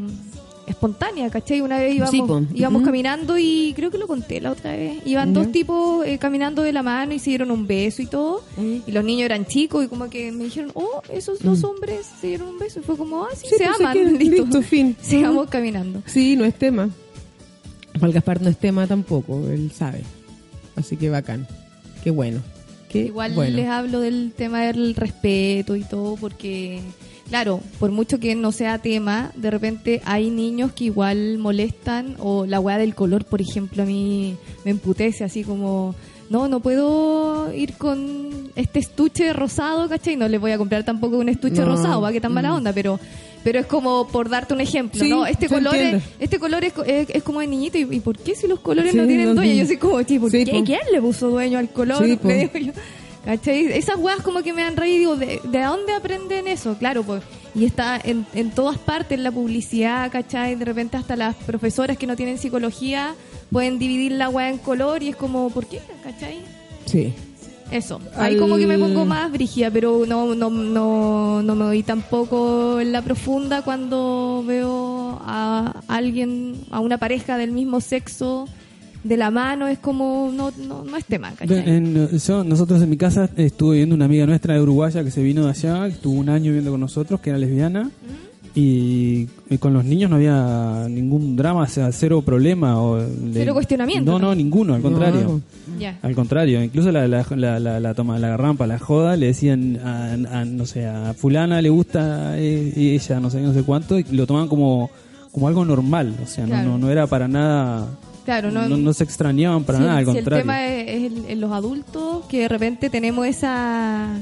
S1: espontánea, ¿cachai? Una vez íbamos,
S2: Sí, po.
S1: íbamos
S2: Ujú.
S1: caminando y creo que lo conté la otra vez. Iban
S2: Ya.
S1: dos tipos eh, caminando de la mano y se dieron un beso y todo. Y los niños eran chicos y como que me dijeron, oh, esos dos hombres se dieron un beso. Y fue como, ah, sí,
S2: Sí,
S1: se
S2: pues, es
S1: aman.
S2: que-
S1: listo.
S2: listo, fin.
S1: Sigamos caminando.
S2: Sí, no es tema. Para el Gaspar no es tema tampoco, él sabe. Así que bacán. Qué bueno. Qué
S1: Igual
S2: bueno.
S1: les hablo del tema del respeto y todo, porque, claro, por mucho que no sea tema, de repente hay niños que igual molestan, o la weá del color, por ejemplo, a mí me emputece, así como, no, no puedo ir con este estuche rosado, ¿cachai? No le voy a comprar tampoco un estuche
S2: No. Mm.
S1: rosado, va que tan mala onda, pero pero es como por darte un ejemplo,
S2: Sí,
S1: ¿no? Este
S2: yo
S1: color, es,
S2: entiendo.
S1: este color es, co- es- es como de niñito, ¿y, y por qué si los colores
S2: Sí,
S1: no tienen
S2: los
S1: dueño? Yo
S2: niños.
S1: soy como, tipo, ¿por
S2: Sí,
S1: qué?
S2: po.
S1: ¿Quién le puso dueño al color?
S2: Sí, po.
S1: Le digo yo. ¿Cachai? Esas weas como que me han reído, digo, ¿de, de dónde aprenden eso? Claro, pues. Y está en, en todas partes, en la publicidad, ¿cachai? De repente hasta las profesoras que no tienen psicología pueden dividir la wea en color y es como, ¿por qué? ¿Cachai?
S2: Sí.
S1: Eso. Ahí
S2: Al-
S1: como que me pongo más brígida, pero no, no, no, no me doy tampoco en la profunda cuando veo a alguien, a una pareja del mismo sexo de la mano, es como, no, no, no es tema, ¿cachai?
S3: En- eh, yo, nosotros en mi casa estuve viendo una amiga nuestra de Uruguaya que se vino de allá, que estuvo un año viviendo con nosotros, que era lesbiana. Y, y con los niños no había ningún drama, o sea, cero problema. O le-
S1: Cero cuestionamiento,
S3: No, no,
S1: ¿no?
S3: ninguno, al contrario.
S2: No.
S1: Ya.
S3: Al contrario, incluso la, la, la, la, la toma, la rampa, la joda, le decían a, a- no sé, a fulana le gusta eh, ella, no sé, no sé cuánto, y lo tomaban como, como algo normal, o sea, no-
S1: Claro.
S3: no, no, era para nada,
S1: Claro, no,
S3: no, no se extrañaban para
S1: si el-
S3: nada, al
S1: si
S3: contrario.
S1: el tema es, es el- en los adultos, que de repente tenemos esa,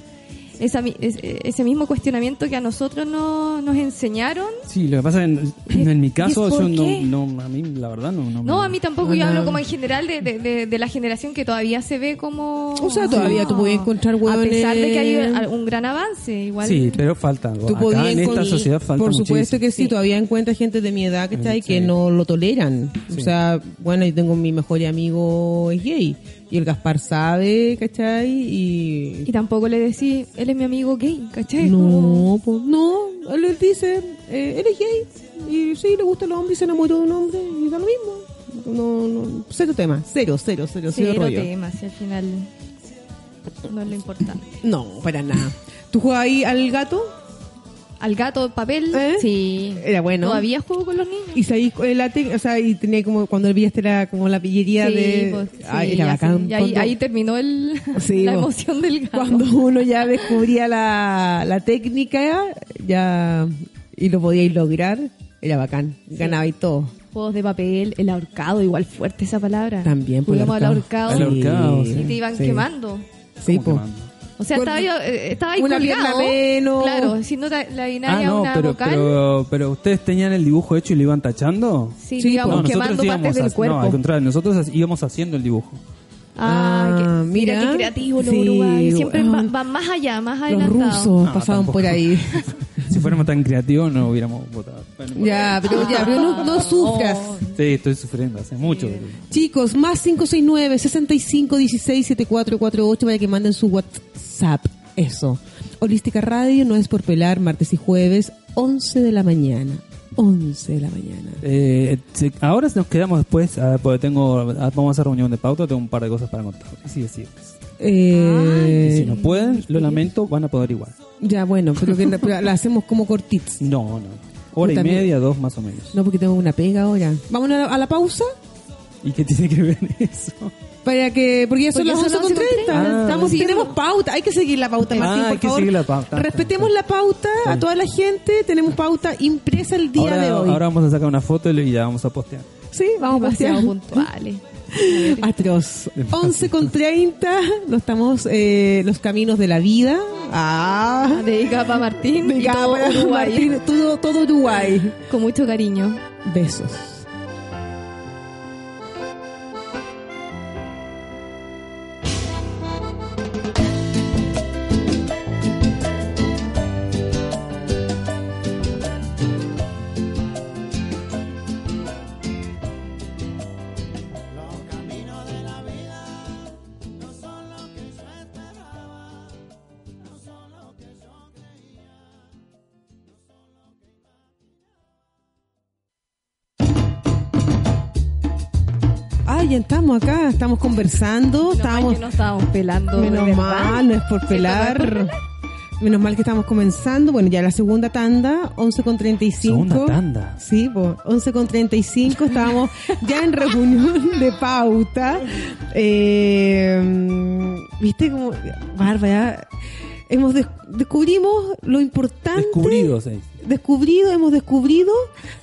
S1: esa mi- es- ese mismo cuestionamiento que a nosotros no, nos enseñaron
S3: Sí, lo que pasa en, en mi caso,
S1: ¿Y por
S3: yo
S1: qué?
S3: no, no, a mí la verdad no. No,
S1: No,
S3: me-
S1: a mí tampoco.
S2: No,
S1: yo
S2: no.
S1: hablo como en general de, de, de- de la generación que todavía se ve como.
S2: O sea, todavía tú podías encontrar
S1: A pesar de que
S2: hueones-
S1: hay un gran avance, igual.
S3: Sí, pero falta.
S2: Tú
S3: Acá
S2: podías
S3: en esta
S2: encon-
S3: sociedad falta
S2: Por supuesto
S3: muchísimo.
S2: que sí, todavía encuentras gente de mi edad que está ahí que no lo toleran. O sea, bueno, yo tengo mi mejor amigo es gay y el Gaspar sabe, ¿cachai? Y
S1: Y tampoco le decís, él es mi amigo gay, ¿cachai? Como-
S2: no, po, no, él les dice, eh, él es gay y sí, le gusta el hombre y se enamoró de un hombre y da lo mismo. No, no, cero tema, cero, cero, cero, cero,
S1: Cero
S2: rollo.
S1: temas, y al final. No es lo importante.
S2: No, para nada. ¿Tú juegas ahí al gato?
S1: Al gato, papel.
S2: ¿Eh?
S1: Sí.
S2: Era bueno.
S1: Todavía juego con los niños.
S2: Y sabéis el látex, o sea, y tenía como cuando pillaste la como la pillería
S1: Sí,
S2: de
S1: pues,
S2: Ay,
S1: sí,
S2: era
S1: ya
S2: bacán.
S1: sí. Y ahí,
S2: Cuando-
S1: ahí terminó el,
S2: Sí,
S1: la
S2: vos.
S1: emoción del gato.
S2: cuando uno ya descubría la, la técnica ya y lo podíais lograr, era bacán, ganaba y todo.
S1: Juegos de papel, el ahorcado, igual fuerte esa palabra.
S2: También pues, por
S1: Jugamos al ahorcado.
S3: Al ahorcado, sí.
S1: Y te iban
S2: Sí.
S1: quemando.
S2: Sí, pues. po.
S3: ¿Cómo que mando?
S1: O sea,
S2: Porque
S1: estaba, yo, eh, estaba ahí
S2: una
S1: colgado.
S2: pierna menos.
S1: Claro, si no te- le
S3: Ah,
S1: adivinaría
S3: no,
S1: una
S3: pero,
S1: vocal,
S3: pero, pero ustedes tenían el dibujo hecho y lo iban tachando.
S1: sí,
S2: Sí,
S1: le íbamos
S2: pues.
S3: no, nosotros
S1: quemando
S3: íbamos,
S1: partes del
S3: haci- no,
S1: cuerpo.
S3: al contrario, nosotros hac- íbamos haciendo el dibujo.
S1: ah,
S2: Ah,
S1: que- mira,
S2: mira.
S1: qué creativo los
S2: Sí,
S1: uruguayos. Siempre
S2: bueno.
S1: van van más allá, más
S2: Los
S1: adelantados.
S2: rusos
S3: No,
S2: pasaban
S3: Ah, tampoco.
S2: por ahí.
S3: Si fuéramos tan creativos no hubiéramos votado. Bueno,
S2: ya, pero ya, pero no, no sufras.
S1: Oh.
S3: Sí, estoy sufriendo hace mucho.
S2: Chicos, más 569 65 16 7448 para que manden su WhatsApp. Eso. Holística Radio no es por pelar, martes y jueves, 11 de la mañana. 11 de la mañana.
S3: Eh, sí, ahora nos quedamos después, ah, porque tengo, ah, vamos a hacer reunión de pauta, tengo un par de cosas para contar. Así de simple.
S2: Eh,
S3: Y si no pueden, lo lamento, van a poder igual.
S2: Ya, bueno, pero que la, pero la hacemos como cortits.
S3: No, no. Hora
S2: Yo
S3: y
S2: también.
S3: media, dos más o menos.
S2: No, porque tengo una pega ahora. Vamos a la, a la pausa
S3: ¿Y qué tiene que ver eso?
S2: Para que, porque ya son
S1: Porque
S2: las
S1: son
S2: 11.30.
S1: las 11:30.
S3: Ah.
S2: Estamos,
S1: Sí,
S2: tenemos
S1: no.
S2: pauta. Hay que seguir la pauta,
S3: Ah,
S2: Martín,
S3: hay
S2: por
S3: que
S2: favor.
S3: seguir la pauta.
S2: Respetemos la pauta a toda la gente. Tenemos pauta impresa el día
S3: ahora,
S2: de hoy.
S3: ahora vamos a sacar una foto y la vamos a postear.
S2: sí, vamos a
S1: Demasiado
S2: pasear.
S1: puntuales.
S2: Atroz.
S3: Demasiado.
S2: 11 con 30. No estamos eh, los caminos de la vida. Ah.
S1: Dedicada para Martín. y
S2: Dedicada
S1: todo
S2: para
S1: Uruguay.
S2: Martín, todo, todo Uruguay.
S1: Con mucho cariño.
S2: Besos. Ah, ya estamos acá, estamos conversando,
S1: Menos mal
S2: estábamos
S1: que no estábamos pelando.
S2: Menos
S1: ¿verdad?
S2: mal, no es por pelar. Menos mal que estamos comenzando. Bueno, ya la segunda tanda, 11 con 35.
S3: Segunda tanda.
S2: Sí, po, 11 con 35. Estábamos ya en reunión de pauta. Eh, Viste como, Bárbara, hemos des- descubrimos lo importante.
S3: Descubridos. eh.
S2: Descubrido, hemos descubrido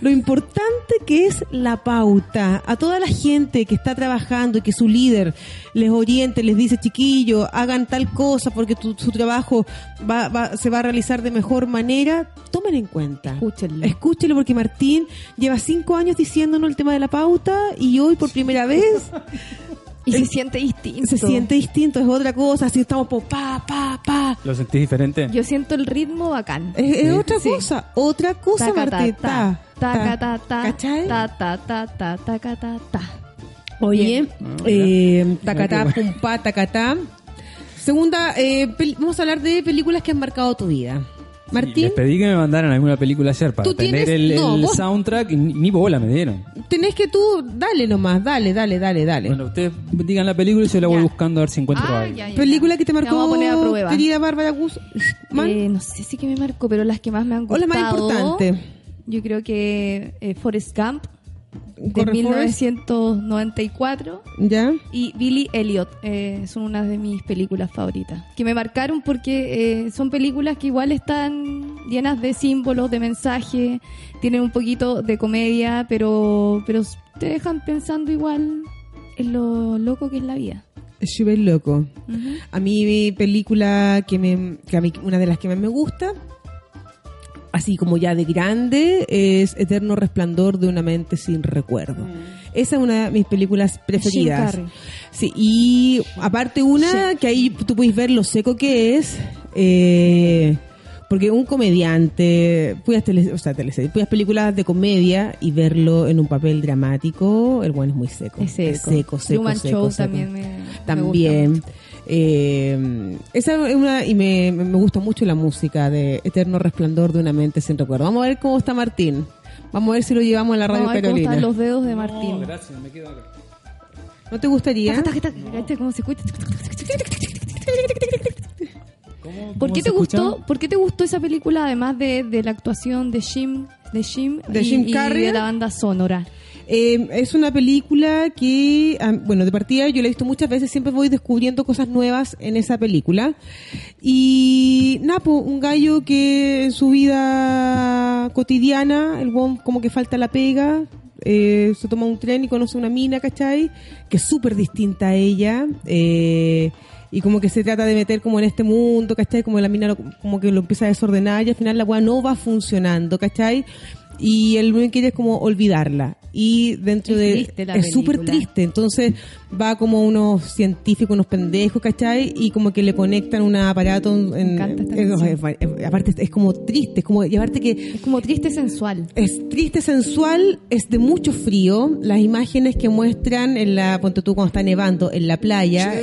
S2: lo importante que es la pauta. A toda la gente que está trabajando y que su líder les oriente, les dice, chiquillo, hagan tal cosa porque tu- su trabajo va- va- se va a realizar de mejor manera, tomen en cuenta.
S1: Escúchenlo.
S2: Escúchelo porque Martín lleva cinco años diciéndonos el tema de la pauta y hoy por primera vez
S1: Y se siente distinto.
S2: se siente distinto, es otra cosa, así estamos por pa, pa, pa.
S3: ¿Lo sentís diferente?
S1: Yo siento el ritmo bacán.
S2: Es, es
S3: Sí.
S2: otra
S1: Sí.
S2: cosa, otra cosa
S1: Taca, ta,
S2: Martín.
S1: ta,
S2: Ta,
S1: taca,
S2: ta.
S1: ta, ta,
S2: ¿Cachai?
S1: ta, ta, ta, ta, taca, ta, ta.
S2: Oye,
S1: Bien.
S2: eh, tacatá,
S3: Ay, Ah, qué
S2: pumpa, tacatá. Segunda, eh, pel- vamos a hablar de películas que han marcado tu vida. Martín,
S3: Les pedí que me mandaran alguna película ayer para
S2: Tú
S3: tener
S2: tienes-
S3: el,
S2: no,
S3: el
S2: vos-
S3: soundtrack y ni ni bola me dieron.
S2: tenés que tú, dale nomás, dale, dale, dale, dale.
S3: Bueno, ustedes digan la película y yo la voy
S1: Ya.
S3: buscando a ver si encuentro
S1: Ah,
S3: algo.
S1: ya, ya,
S2: Película
S1: ya.
S2: que te marcó,
S1: vamos a poner a prueba.
S2: querida Bárbara Gus. Man,
S1: Eh, no sé si que me marcó, pero las que más me han
S2: o la
S1: gustado.
S2: más importante.
S1: Yo creo que eh, Forrest Gump de
S2: Corre,
S1: 1994
S2: Forrest. ¿Ya?
S1: y Billy Elliot eh, son unas de mis películas favoritas que me marcaron porque eh, son películas que igual están llenas de símbolos, de mensajes, tienen un poquito de comedia, pero pero te dejan pensando igual en lo loco que es la vida.
S2: Schubert Loco.
S1: Ujú.
S2: A mí mi película que me que a mí una de las que más me gusta, así como ya de grande, es Eterno Resplandor de una mente sin recuerdo. Esa es una de mis películas preferidas.
S1: Mm. Jim Carrey.
S2: Sí, y aparte una que ahí tú puedes ver lo seco que es, eh, porque un comediante, puedas tele, o sea, teleseries, puedas películas de comedia y verlo en un papel dramático, el bueno es muy seco.
S1: Es seco.
S2: seco, seco,
S1: Truman
S2: seco,
S1: Show
S2: seco.
S1: también me- me gusta
S2: También. Eh, esa es una, y me, me- me gusta mucho la música de Eterno Resplandor de una mente sin recuerdo. Vamos a ver cómo está Martín. Vamos a ver si lo llevamos a la radio
S1: Vamos a ver cómo
S2: Carolina.
S1: están los dedos de Martín.
S3: gracias, me quedo acá.
S2: ¿No te gustaría?
S1: Taca, taca, taca, ¿cachai? ¿Cómo se escucha? ¿Por qué, te gustó, ¿Por qué te gustó esa película además de, de la actuación de Jim, de Jim,
S2: De
S1: y-
S2: Jim
S1: y
S2: Carrey?
S1: de la banda sonora?
S2: Eh, es una película que, ah, bueno, de partida yo la he visto muchas veces, siempre voy descubriendo cosas nuevas en esa película. Y Napo, un gallo que en su vida cotidiana, el guon como que falta la pega, eh, se toma un tren y conoce una mina, ¿cachai? Que es súper distinta a ella. eh, y como que se trata de meter como en este mundo, ¿cachai? Como la mina lo- como que lo empieza a desordenar y al final la weá no va funcionando, ¿cachai? y el único que quiere es como olvidarla. Y dentro
S1: Es
S2: de...
S1: triste la
S2: es súper
S1: película.
S2: triste. Entonces va como unos científicos, unos pendejos, ¿cachai? Y como que le conectan un aparato... En,
S1: encanta esta
S2: en-
S1: canción.
S2: en- aparte es- es como triste, es como... Y aparte que
S1: Es como triste sensual.
S2: es triste, sensual, es de mucho frío. Las imágenes que muestran en la... Ponte tú cuando está nevando, en la playa.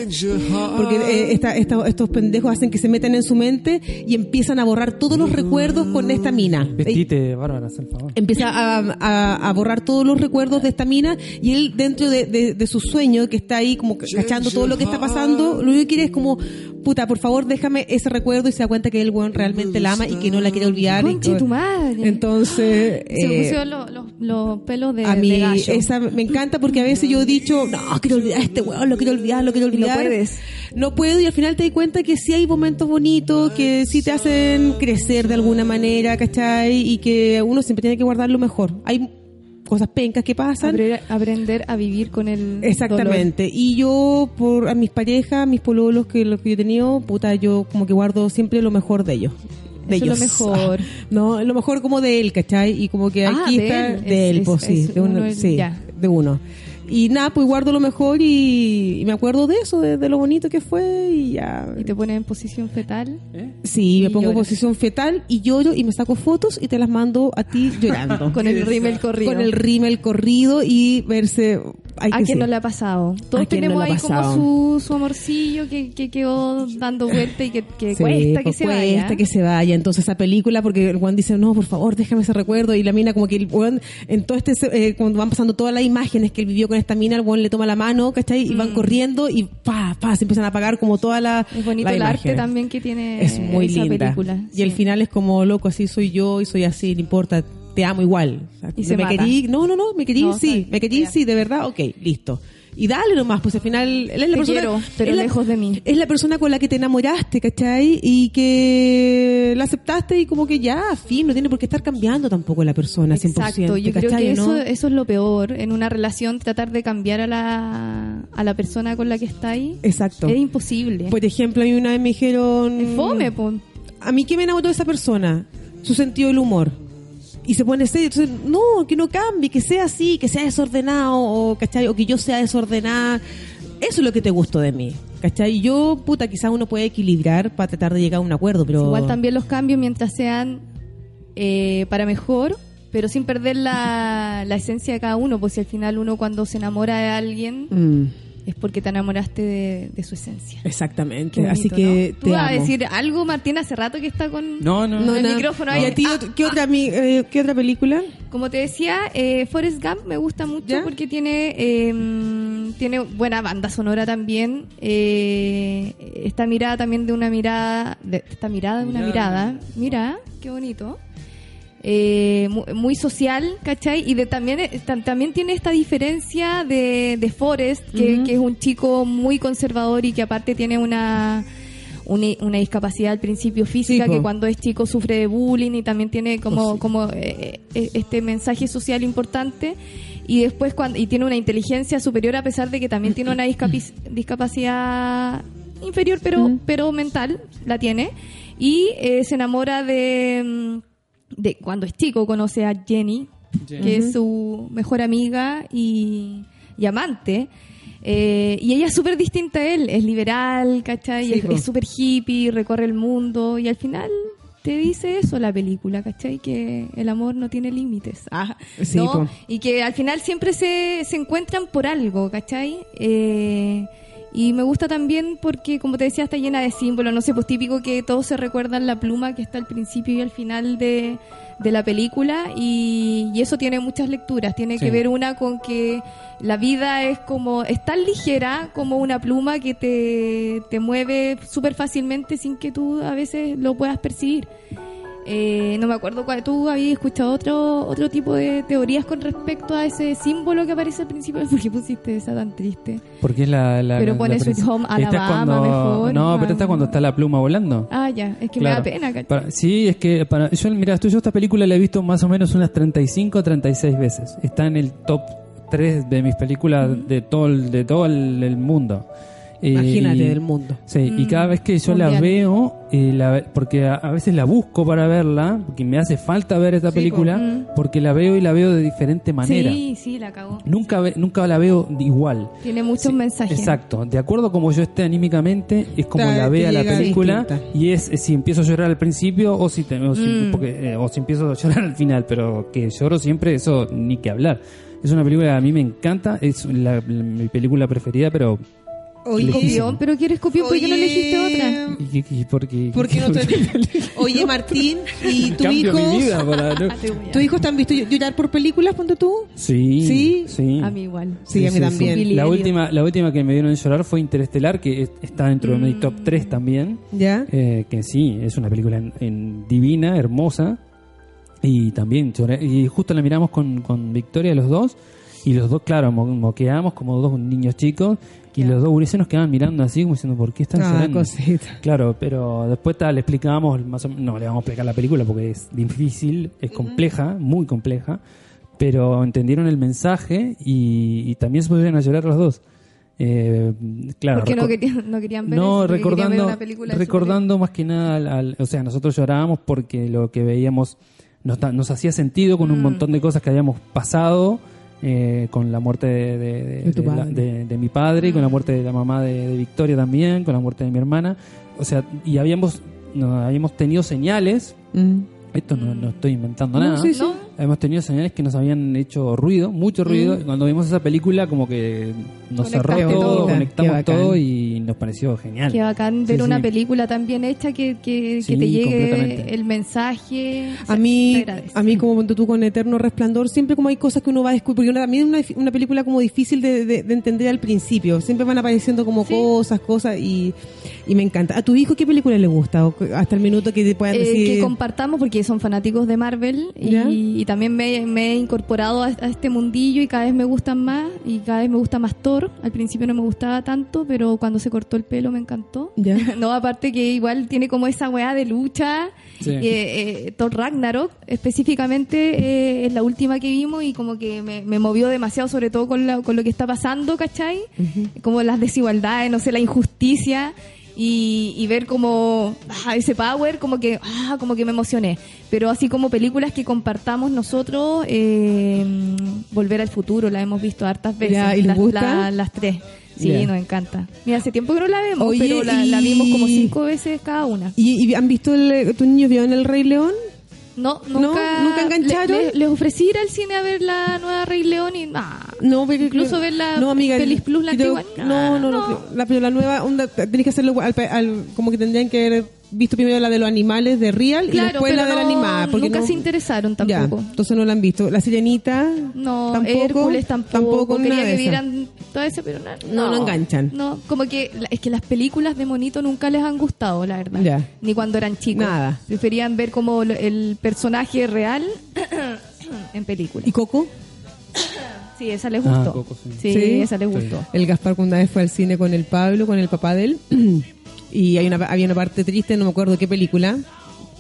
S2: Porque eh, esta- esta- estos pendejos hacen que se metan en su mente y empiezan a borrar
S3: Mm.
S2: todos los recuerdos con esta mina.
S3: Vestite, Bárbara, haz el favor.
S2: Empieza a, a- a borrar todos los malos recuerdos de esta mina y él dentro de, de- de su sueño que está ahí como cachando todo lo que está pasando, lo único que quiere es como, puta, por favor déjame ese recuerdo y se da cuenta que el weón realmente la ama y que no la quiere olvidar. y
S1: Conche
S2: que-
S1: tu madre.
S2: Entonces...
S1: Se me
S2: eh,
S1: pusieron los, los- los pelos de,
S2: a mí
S1: de gallo.
S2: esa me encanta porque a veces yo he dicho, no, quiero olvidar a este weón, lo quiero olvidar, lo quiero
S1: Y no
S2: olvidar.
S1: puedes.
S2: No puedo y al final te di cuenta que sí hay momentos bonitos, que sí te hacen crecer de alguna manera, ¿cachai? Y que uno siempre tiene que guardar lo mejor. Hay cosas pencas que pasan.
S1: Aprender, aprender a vivir con el
S2: Exactamente. Y yo, por a mis parejas, mis pololos, que los que yo he tenido, puta, yo como que guardo siempre lo mejor de ellos. De
S1: Eso es lo
S2: ellos.
S1: mejor.
S2: No, lo mejor como de él, ¿cachai? Y como que
S1: Ah,
S2: aquí
S1: de
S2: está.
S1: él.
S2: De
S1: Es-
S2: él, pues
S1: es-
S2: sí.
S1: es
S2: De uno,
S1: uno, el-
S2: sí,
S1: ya.
S2: de uno. Y nada, pues guardo lo mejor y, y me acuerdo de eso, de, de lo bonito que fue y ya.
S1: dolor. Y te pones en posición fetal.
S2: Sí,
S1: Y
S2: me pongo en
S1: lloras.
S2: posición fetal y lloro y me saco fotos y te las mando a ti llorando.
S1: Con el rímel corrido.
S2: Con el rímel corrido y verse. hay
S1: ¿A
S2: que
S1: quién
S2: sí.
S1: no le ha pasado?
S2: ¿A
S1: Todos
S2: quién no
S1: tenemos
S2: le ha
S1: ahí como
S2: pasado?
S1: su, su amorcillo que, que quedó dando vuelta y que, que
S2: Sí,
S1: cuesta que
S2: pues,
S1: se
S2: cuesta
S1: vaya.
S2: que se vaya. Entonces esa película, porque el Juan dice, no, por favor, déjame ese recuerdo. Y la mina como que el Juan, en todo este, eh, cuando van pasando todas las imágenes que él vivió con esta mina, el Juan le toma la mano, ¿cachai? Y van corriendo y pa, pa, se empiezan a apagar como toda la
S1: Mm. Es bonito
S2: las
S1: el arte
S2: imágenes.
S1: también que tiene
S2: Es muy
S1: Eh, esa
S2: linda.
S1: película.
S2: y el
S1: Sí.
S2: final es como, loco, así soy yo y soy así, no importa, te amo igual. O sea,
S1: Y se
S2: me
S1: mata.
S2: querí, no, no, no, me querí,
S1: No,
S2: sí,
S1: soy-
S2: me querí,
S1: ya.
S2: sí, de verdad, ok, listo. Y dale nomás, pues al final, él es la
S1: Te
S2: persona-
S1: quiero, pero
S2: es la-
S1: lejos de mí.
S2: es la persona con la que te enamoraste, ¿cachai? Y que la aceptaste y como que ya, fin, no tiene por qué estar cambiando tampoco la persona 100%.
S1: Exacto, yo creo
S2: ¿cachai?
S1: que
S2: ¿No?
S1: eso, eso es lo peor en una relación, tratar de cambiar a la, a la persona con la que está ahí.
S2: Exacto. Pues,
S1: Es imposible.
S2: Por ejemplo, a mí una vez me dijeron...
S1: es fome, po.
S2: a mí que me enamoró de esa persona, su sentido del humor. Y se pone serio, entonces, no, que no cambie, que sea así, que sea desordenado, o, ¿cachai? O que yo sea desordenada. Eso es lo que te gustó de mí, ¿cachai? Y Yo, puta, quizás uno puede equilibrar para tratar de llegar a un acuerdo, pero...
S1: Igual también los cambios mientras sean eh, para mejor, pero sin perder la, la esencia de cada uno, pues si al final uno cuando se enamora de alguien
S2: Mm,
S1: es porque te enamoraste de, de su esencia.
S2: exactamente,
S1: Qué bonito,
S2: así que
S1: ¿no?
S2: te
S1: Tú vas a
S2: amo.
S1: decir algo, Martín, hace rato que está con
S3: No, no.
S1: con el
S2: no.
S1: micrófono
S2: ¿Y
S1: ahí.
S2: a ti,
S1: Ah,
S2: ¿qué, otra, mi- eh, qué otra película?
S1: Como te decía, eh, Forrest Gump me gusta mucho
S2: ¿Ya?
S1: porque tiene eh, tiene buena banda sonora también. eh, esta mirada también de una mirada, de, esta mirada de una
S3: Mirada.
S1: mirada. Mira, qué bonito. Eh, mu- muy, social, ¿cachai? Y de, también, eh, tam- también tiene esta diferencia de, de Forrest, que, que es un chico muy conservador y que aparte tiene una, una, una discapacidad al principio física,
S2: po.
S1: que cuando es chico sufre de bullying y también tiene como, como eh, eh, este mensaje social importante. Y después cuando, y tiene una inteligencia superior a pesar de que también tiene una discapi- discapacidad inferior pero, pero mental, la tiene. Y eh, se enamora de, mm, de cuando es chico, conoce a Jenny, que es su mejor amiga y, y amante. Eh, y ella es súper distinta a él, es liberal, ¿cachai?
S2: Sí,
S1: es-
S2: po.
S1: es súper hippie, recorre el mundo y al final te dice eso la película, ¿cachai? Que el amor no tiene límites. Ah,
S2: Sí,
S1: ¿no?
S2: po.
S1: Y que al final siempre se, se encuentran por algo, ¿cachai? Eh, y me gusta también porque, como te decía, está llena de símbolos, no sé, pues típico que todos se recuerdan la pluma que está al principio y al final de, de la película y, y eso tiene muchas lecturas, tiene
S3: Sí.
S1: que ver una con que la vida es como, es tan ligera como una pluma que te, te mueve súper fácilmente sin que tú a veces lo puedas percibir. Eh, no me acuerdo cuál. ¿Tú habías escuchado otro otro tipo de teorías con respecto a ese símbolo que aparece al principio? ¿Por qué pusiste esa tan triste?
S3: Porque es la. la
S1: Pero
S3: la-
S1: pone
S3: la
S1: Sweet
S3: prensa.
S1: Home
S3: Esta es
S1: Alabama
S3: cuando-
S1: mejor,
S3: No, pero esta
S1: Alabama.
S3: es cuando está la pluma volando.
S1: Ah, ya. Es que
S3: Claro.
S1: me da pena, ¿cachai?
S3: Para- sí, es que para, yo, mira, tú- yo esta película la he visto más o menos unas 35 o 36 veces. Está en el top 3 de mis películas de todo, el- de todo el, el mundo. Eh,
S2: Imagínate
S3: y-
S2: del mundo.
S3: Sí, y
S1: Mm,
S3: cada vez que yo la
S1: mundial.
S3: veo, eh, la- porque a, a veces la busco para verla, porque me hace falta ver esta película,
S1: mm.
S3: porque la veo y la veo de diferente manera.
S1: Sí, sí, la cagó.
S3: Nunca, ve- nunca la veo igual.
S1: Tiene muchos
S3: Sí,
S1: mensajes.
S3: Exacto, de acuerdo a como yo esté anímicamente, es como
S2: Claro,
S3: la
S2: te
S3: vea la
S2: llega
S3: película
S2: distinta.
S3: y es, eh, si empiezo a llorar al principio o si, te- o si-
S1: Mm.
S3: porque, eh, o si empiezo a llorar al final, pero que lloro siempre, eso ni que hablar. Es una película que a mí me encanta, es la- la- mi película preferida, pero Le-
S2: Oye,
S1: Copión, pero quieres copión, ¿por qué no
S2: oye,
S1: elegiste otra?
S3: ¿Y, y- y por qué?
S2: ¿Por qué no te- Oye, Martín, ¿y tu
S3: Cambio
S2: hijos?
S3: mi vida para...
S1: Ah,
S3: no-
S2: ¿Tus hijos te han visto llorar por películas, ponte tú?
S3: Sí,
S2: ¿Sí?
S3: sí.
S1: A mí igual.
S2: Sí, a mí también.
S1: Billy
S3: La
S1: Elliot.
S3: última, la última que me dieron a llorar fue Interestelar, que es- está dentro de mi
S2: Mm.
S3: top 3 también.
S2: ¿Ya?
S3: Eh, que sí, es una película en- en divina, hermosa. Y también lloré. Y justo la miramos con, con Victoria, los dos. Y los dos, claro, mo- moqueamos como dos niños chicos. Y los dos gurises nos quedaban mirando así, como diciendo, ¿por qué están
S2: Ah,
S3: llorando?
S2: cosita.
S3: Claro, pero después ta, le explicábamos, más o menos- no le vamos a explicar la película porque es difícil, es compleja, muy compleja, pero entendieron el mensaje y, y también se pusieron a llorar los dos. Eh, claro,
S1: Porque no
S3: reco-
S1: querían, no querían ver
S3: no,
S1: eso, porque querían ver
S3: recordando,
S1: una película de
S3: recordando más que nada, al- al- o sea, nosotros llorábamos porque lo que veíamos nos, da- nos hacía sentido con
S2: Mm.
S3: un montón de cosas que habíamos pasado, eh, con la muerte de, de- de-
S2: De tu
S3: de la-
S2: padre. Mm.
S3: de- de mi padre, con la muerte de la mamá de, de Victoria también, con la muerte de mi hermana, o sea, y habíamos, no, habíamos tenido señales,
S2: Mm.
S3: esto no, no estoy inventando
S2: No,
S3: nada,
S2: sí, Mm. sí.
S1: No.
S3: Hemos tenido señales que nos habían hecho ruido, mucho ruido. Y cuando vimos esa película, como que nos cerró
S1: Conectaste
S3: todo,
S1: todo.
S2: Qué
S3: conectamos
S2: bacán.
S3: todo y nos pareció genial.
S1: Qué bacán ver
S3: Sí,
S1: una
S3: sí.
S1: película tan bien hecha que, que, que
S3: Sí,
S1: te llegue
S3: completamente.
S1: el mensaje.
S2: A
S1: Se
S2: mí,
S1: agradece.
S2: a mí como ponte tú con Eterno Resplandor, siempre como hay cosas que uno va a descubrir, porque una- también es una, dif- una película como difícil de, de- de entender al principio, siempre van apareciendo como
S1: Sí.
S2: cosas, cosas, y, y me encanta. ¿A tu hijo qué película le gusta? O que- hasta el minuto que te puedan
S1: Eh,
S2: decir...
S1: que compartamos porque son fanáticos de Marvel y,
S2: ¿Ya?
S1: y también me, me he incorporado a, a este mundillo y cada vez me gustan más y cada vez me gusta más Thor. Al principio no me gustaba tanto, pero cuando se cortó el pelo me encantó.
S2: ¿Ya?
S1: No, aparte que igual tiene como esa weá de lucha.
S3: Sí.
S1: Eh, eh, Thor Ragnarok específicamente eh, es la última que vimos y como que me, me movió demasiado, sobre todo con, la- con lo que está pasando, ¿cachai? Como las desigualdades, no sé, la injusticia y, y ver como ah, ese power, como que, ah, como que me emocioné. Pero así como películas que compartamos nosotros, eh, Volver al Futuro, la hemos visto hartas veces.
S2: Ya, ¿y les
S1: las,
S2: gusta?
S1: la- las tres. Sí,
S3: Ya.
S1: nos encanta. Mira, hace tiempo que no la vemos,
S2: Oye,
S1: pero la, la
S2: y-
S1: vimos como cinco veces cada una.
S2: ¿Y, y han visto, el, eh, tu niño vio en El Rey León?
S1: No,
S2: ¿No?
S1: nunca.
S2: ¿Nunca engancharon?
S1: le- le- les ofrecí ir al cine a ver la nueva Rey León y. nah.
S2: No, porque
S1: Incluso
S2: creo-
S1: ver la
S2: no, amiga,
S1: Feliz Plus, la
S2: creo-
S1: antigua,
S2: No, no, no.
S1: no.
S2: creo- La, pero la nueva onda, tenés que hacerlo al, al- como que tendrían que haber visto primero la de los animales de Real y
S1: Claro,
S2: después
S1: pero
S2: la de la
S1: no-
S2: animada. Porque
S1: nunca
S2: no-
S1: se interesaron
S2: Ya,
S1: tampoco.
S2: entonces no la han visto. La Sirenita.
S1: No,
S2: tampoco,
S1: Hércules tampoco.
S2: nada
S1: Quería
S2: de
S1: que
S2: esas.
S1: vieran todo eso, pero no,
S2: No, no enganchan.
S1: No, como que la- es que las películas de monito nunca les han gustado, la verdad.
S2: Ya.
S1: Ni cuando eran chicos.
S2: Nada.
S1: Preferían ver como lo- el personaje real en película.
S2: ¿Y Coco?
S1: Sí, esa les
S3: Ah,
S1: gustó.
S3: Coco, sí.
S1: sí,
S2: Sí.
S1: esa les
S3: Sí.
S1: gustó.
S2: El Gaspar Cundáez fue al cine con el Pablo, con el papá de él. y hay una, había una parte triste, no me acuerdo qué película.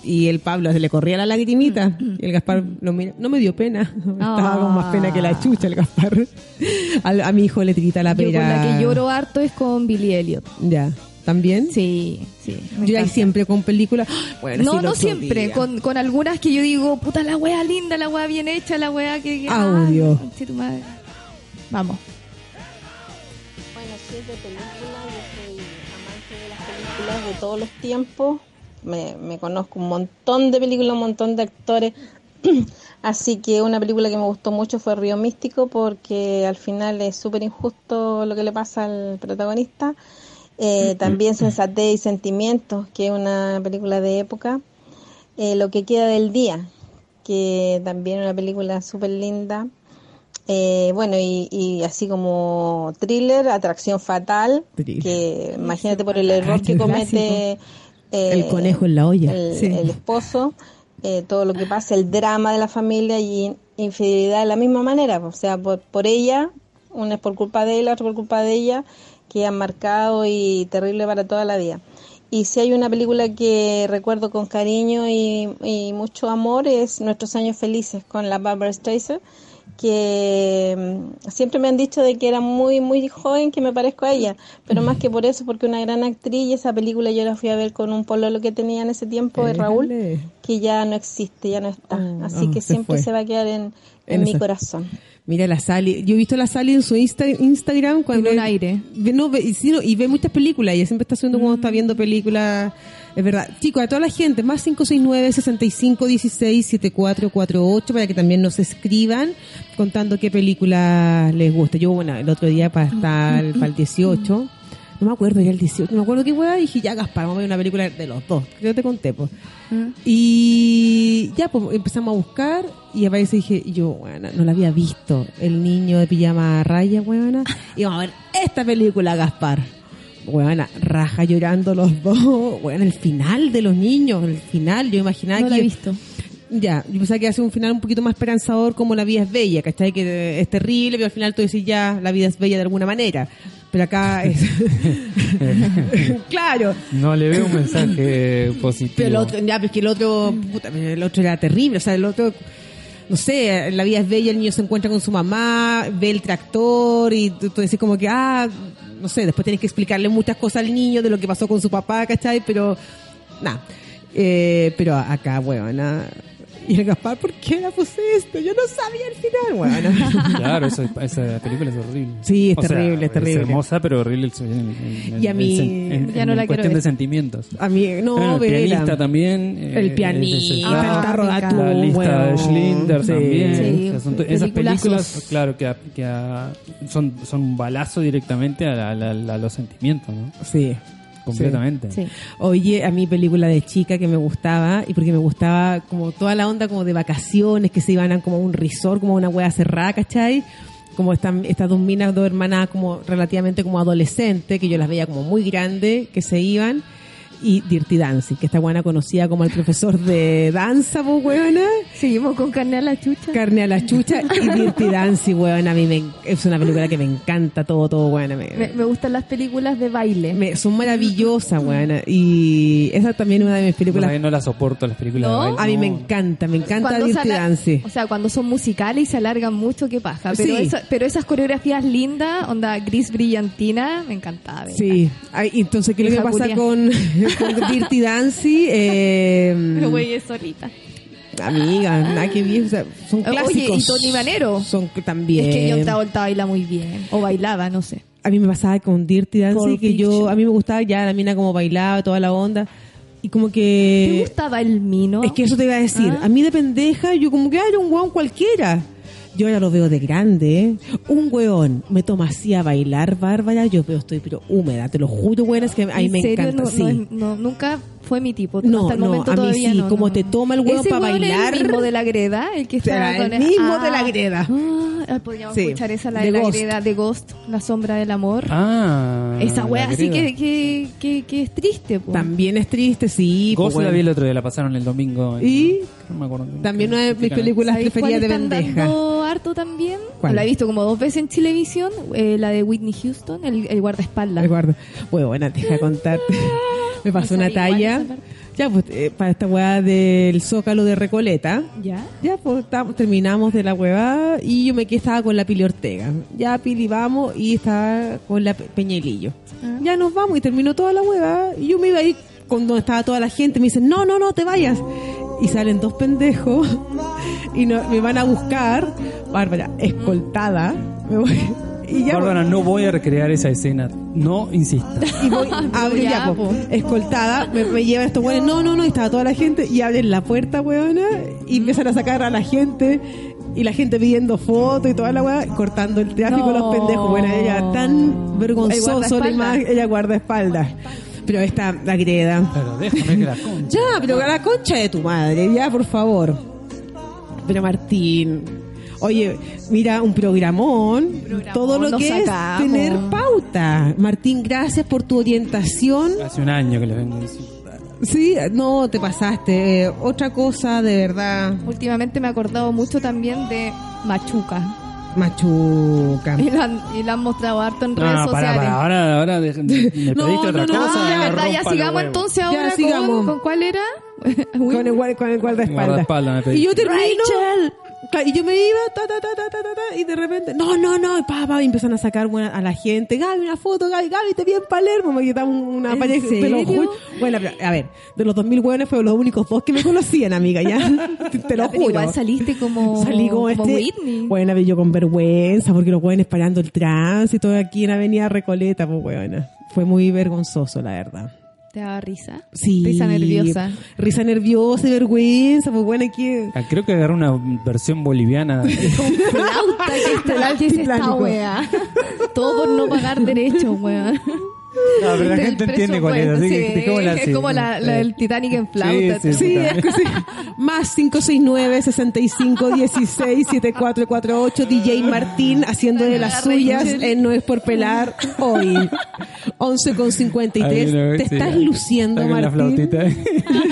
S2: Y el Pablo se le corría la lagrimita.
S1: Mm.
S2: y el Gaspar lo mira. No me dio pena. Estaba con más pena que la chucha el Gaspar. Al- a mi hijo le tirita la
S1: Ah. Yo
S2: pera.
S1: con la que lloro harto es con Billy Elliot.
S2: Ya. ¿También?
S1: Sí, sí. me
S2: Yo ahí
S1: encanta.
S2: siempre con películas. Bueno, sí,
S1: no,
S2: el
S1: no
S2: otro
S1: siempre.
S2: día.
S1: Con, con algunas que yo digo, puta la wea linda, la wea bien hecha, la wea que. que-
S2: Audio.
S1: conche tu madre. Vamos.
S4: Bueno, sí, de películas, yo soy amante de las películas de todos los tiempos. Me, me conozco un montón de películas, un montón de actores. Así que una película que me gustó mucho fue Río Místico porque al final es súper injusto lo que le pasa al protagonista. Eh, también Sensatez y Sentimientos, que es una película de época. Eh, lo que queda del día, que también es una película súper linda. Eh, bueno, y, y así como thriller, atracción fatal,
S2: Thriller.
S4: que imagínate por el error que
S2: Cacho,
S4: comete eh,
S2: El conejo en la olla.
S4: el,
S2: Sí.
S4: el esposo, eh, todo lo que pasa, el drama de la familia y infidelidad de la misma manera, o sea, por, por ella, una es por culpa de él, otra por culpa de ella, que han marcado y terrible para toda la vida. Y si hay una película que recuerdo con cariño y, y mucho amor es Nuestros años felices con la Barbara Streisand, que mm, siempre me han dicho de que era muy muy joven que me parezco a ella, pero más que por eso porque una gran actriz y esa película yo la fui a ver con un pololo que tenía en ese tiempo de Raúl
S2: Éjale.
S4: que ya no existe, ya no está,
S2: Oh,
S4: así
S2: oh,
S4: que
S2: se
S4: siempre
S2: fue.
S4: se va a quedar en, en
S2: En
S4: mi
S2: esa-
S4: corazón.
S2: Mira la Sally, yo he visto a la Sally en su Insta- Instagram cuando
S1: Tiene un aire.
S2: Ve- no, ve- sí, no, y ve muchas películas, ella siempre está haciendo como está viendo películas, es verdad. Chicos, a toda la gente, más 569 65 16 7448 para que también nos escriban contando qué película les gusta. Yo, bueno, el otro día para estar para el 18 No me acuerdo ya el 18, no me acuerdo qué hueá, dije, ya Gaspar, vamos a ver una película de los dos, yo te conté, pues.
S1: Ah.
S2: Y ya, pues empezamos a buscar y aparece y dije, yo, bueno, no la había visto, el niño de pijama a raya, huevona, y vamos a ver esta película, Gaspar. Huevona, raja llorando los dos, huevona, el final de los niños, el final, Ah, yo imaginaba
S1: No
S2: que...
S1: la he visto.
S2: Ya, yo pensaba que iba a ser un final un poquito más esperanzador como la vida es bella, ¿cachai? Que es terrible, pero al final tú decís ya, la vida es bella de alguna manera. Pero acá es... claro.
S6: No le veo un mensaje positivo.
S2: Pero el otro, ya, pero es que el otro, puta, el otro era terrible, o sea, el otro, no sé, la vida es bella, el niño se encuentra con su mamá, ve el tractor y tú, tú decís como que, ah, no sé, después tienes que explicarle muchas cosas al niño de lo que pasó con su papá, ¿cachai? Pero, nada, eh, pero acá, huevona, y el Gaspar, ¿por qué la puse esto? Yo no sabía al final, huevona.
S6: Claro, esa, esa película es horrible.
S2: Sí, es terrible, es terrible.
S6: hermosa, pero horrible el- en- en-
S2: Y a mí-
S6: en- en-
S1: Ya no
S6: en
S1: la quiero
S6: cuestión
S1: ver.
S6: de sentimientos.
S2: A mí, Ah, no,
S6: Bueno, el
S2: pero era-
S6: pianista también. eh,
S2: El pianista,
S6: es-
S2: el tarro de atún,
S6: La lista de
S2: huevón.
S6: Schlinder
S2: Sí.
S6: también.
S1: Sí,
S6: O sea, son to- esas
S1: peliculazos.
S6: películas, claro, que, a- que a- son, son un balazo directamente a, la- a la- a los sentimientos, ¿no?
S2: Sí.
S6: Completamente.
S1: Sí.
S2: Oye, a mi película de chica que me gustaba, y porque me gustaba como toda la onda como de vacaciones, que se iban a como a un resort, como a una hueá cerrada, ¿cachai? Como están estas dos minas, dos hermanas como relativamente como adolescentes, que yo las veía como muy grandes, que se iban, y Dirty Dancing, que esta guana conocía como el profesor de danza, pues hueona,
S1: Seguimos con carne a la chucha.
S2: carne a la chucha, y Dirty Dancing, hueona, a mí me, en- es una película que me encanta todo, todo, hueona.
S1: me, me gustan las películas de baile.
S2: Me- son maravillosas, weona. Y esa también es una de mis
S6: Yo
S2: películas.
S6: la- no la soporto, las películas
S1: No.
S6: de baile.
S2: A mí me
S6: no.
S2: encanta, me encanta
S1: Cuando se
S2: Dirty
S1: ala-
S2: Dancing.
S1: O sea, cuando son musicales y se alargan mucho, qué paja. Pero,
S2: Sí.
S1: esa- pero esas coreografías lindas, onda gris brillantina, me encantaba. me
S2: Sí, Ay, entonces, ¿qué es lo que
S1: Vieja
S2: pasa
S1: culia.
S2: con, con Dirty Dancing? Eh,
S1: encanta. Pero güey, es solita.
S2: amiga, nada que bien, o sea, son
S1: Oye,
S2: clásicos.
S1: ¿y Tony Manero?
S2: Son que también.
S1: Es que John Travolta baila muy bien. O bailaba, no sé.
S2: a mí me pasaba con Dirty Dancing
S1: Pulp
S2: que yo,
S1: Fiction.
S2: a mí me gustaba ya la mina como bailaba, toda la onda. Y como
S1: ¿Te
S2: que...
S1: gustaba el mino?
S2: Eh, Es que eso te iba a decir.
S1: Ah.
S2: A mí de pendeja, yo como que ah, era un weón cualquiera. Yo ahora lo veo de grande, ¿eh? Un weón me toma así a bailar, Bárbara. Yo veo, estoy pero húmeda, te lo juro, weón, es que a mí
S1: ¿En
S2: me
S1: serio?
S2: encanta,
S1: No,
S2: sí.
S1: no es- no, nunca fue mi tipo.
S2: No,
S1: Hasta el
S2: no,
S1: momento
S2: a mí
S1: todavía
S2: sí,
S1: no,
S2: como
S1: no.
S2: te toma el huevo
S1: Ese
S2: pa'
S1: hueón era El
S2: bailar.
S1: mismo de la greda, el que
S2: O sea,
S1: estaba
S2: el
S1: con
S2: mismo
S1: Ah.
S2: de la greda.
S1: Ah, podríamos
S2: Sí,
S1: escuchar esa la
S2: de
S1: de, la
S2: Ghost.
S1: greda de Ghost, la sombra del amor.
S6: Ah.
S1: Esa wea
S6: la
S1: así
S6: querida.
S1: que, que, que, que es triste, po.
S2: También es triste, sí.
S6: Ghost
S2: pues,
S6: la
S2: weón.
S6: vi el otro día, la pasaron el domingo. en-
S2: Y
S6: No me acuerdo.
S2: también una de mis
S6: Específicamente.
S2: películas
S1: ¿Sabéis
S2: preferidas de
S1: cuál están
S2: pendeja.
S1: dando harto también.
S2: ¿Cuál?
S1: La he visto como dos veces en televisión, eh, la de Whitney Houston, el, el guardaespaldas.
S2: Recuerdo. Huevona, deja contarte. me pasó
S1: Me
S2: una
S1: sale igual
S2: talla.
S1: esa parte.
S2: Ya, pues, eh, para esta weá del Zócalo de Recoleta.
S1: ¿Ya?
S2: Ya, pues estábamos- terminamos de la huevada y yo me quedé, estaba con la Pili Ortega. Ya, Pili, vamos y estaba con la Pe- Peñalillo. Ya nos vamos y terminó toda la huevada y yo me iba a ir con donde estaba toda la gente. Me dicen, no, no, no, te vayas. Y salen dos pendejos y no- me van a buscar. Bárbara, escoltada. Me voy. Y ya,
S6: Bárbara, no voy a recrear esa escena. No insista.
S2: y voy, abro
S1: Ya,
S2: ya, po.
S1: po.
S2: escoltada, me, me llevan estos hueones, no, no, no, y estaba toda la gente, y abren la puerta, hueona, y empiezan a sacar a la gente, y la gente pidiendo fotos y toda la hueá, cortando el tráfico
S1: No.
S2: los pendejos, bueno, ella tan vergonzoso, la
S1: guardaespaldas.
S2: imagen, ella guarda espaldas. Pero esta, la greda.
S6: Pero déjame que la concha.
S2: Ya, pero la concha de tu madre, ya, por favor. Pero Martín, oye, mira, un programón,
S1: Programón,
S2: todo lo
S1: nos
S2: que
S1: sacamos.
S2: es tener pauta. Martín, gracias por tu orientación.
S6: Hace un año que les vengo diciendo.
S2: Sí, no, te pasaste. Eh, Otra cosa, de verdad,
S1: Últimamente me he acordado mucho también de Machuca.
S2: machuca.
S1: Y la, han- y la han mostrado harto en redes
S6: No, para,
S1: sociales.
S6: para, ahora, ahora dejen- me pediste
S2: No, no,
S6: otra
S2: no,
S6: cosa.
S2: no,
S1: Ah,
S6: me
S1: ya, verdad, ya
S6: rompa los
S1: sigamos
S6: huevos.
S1: entonces
S2: Ya,
S1: ahora con-
S2: sigamos.
S1: Con, cuál era?
S2: Con el, guar- con el guardaespaldas.
S6: Guardaespaldas, me pediste.
S2: y yo termino. Claro, Y yo me iba, ta, ta, ta, ta, ta, ta, ta, y de repente, no, no, no, y pa, pa, y empiezan a sacar buena- a la gente, Gaby, una foto, Gaby, Gaby, te vi en Palermo, me quitaba un- una
S1: ¿En
S2: pareja de
S1: serio?
S2: pelo ju- Bueno, pero, a ver, de los 2000 hueones fueron los únicos dos que me conocían, amiga, ya, te, te lo
S1: Ya, pero
S2: juro.
S1: Igual saliste como,
S2: Salí como, este.
S1: Whitney.
S2: Bueno, yo con vergüenza, porque los jóvenes parando el tránsito aquí en Avenida Recoleta, pues bueno. Fue muy vergonzoso, la verdad.
S1: Te daba risa.
S2: Sí.
S1: Risa nerviosa.
S2: Risa nerviosa y vergüenza, pues bueno, aquí.
S6: Ah, Creo que agarré una versión boliviana. Ah,
S1: Flauta, que es esta, que es esta
S2: Altiplánico.
S1: wea. Todo por no pagar derechos, wea.
S3: No, pero la
S1: del
S3: gente entiende cuál es,
S1: presupuesto,
S3: así que
S1: sí.
S3: dejémosla así.
S1: Es como la, la del Titanic en flauta.
S3: Sí,
S2: Sí,
S1: etcétera.
S2: es que sí. Más 569-6516-7448 DJ Martín haciendo de las suyas en No es por pelar hoy. 11 con 53.
S3: Ahí lo-
S2: Te
S3: sí,
S2: estás
S3: ahí.
S2: luciendo,
S3: Está con la
S2: Martín.
S3: flautita. ¿eh?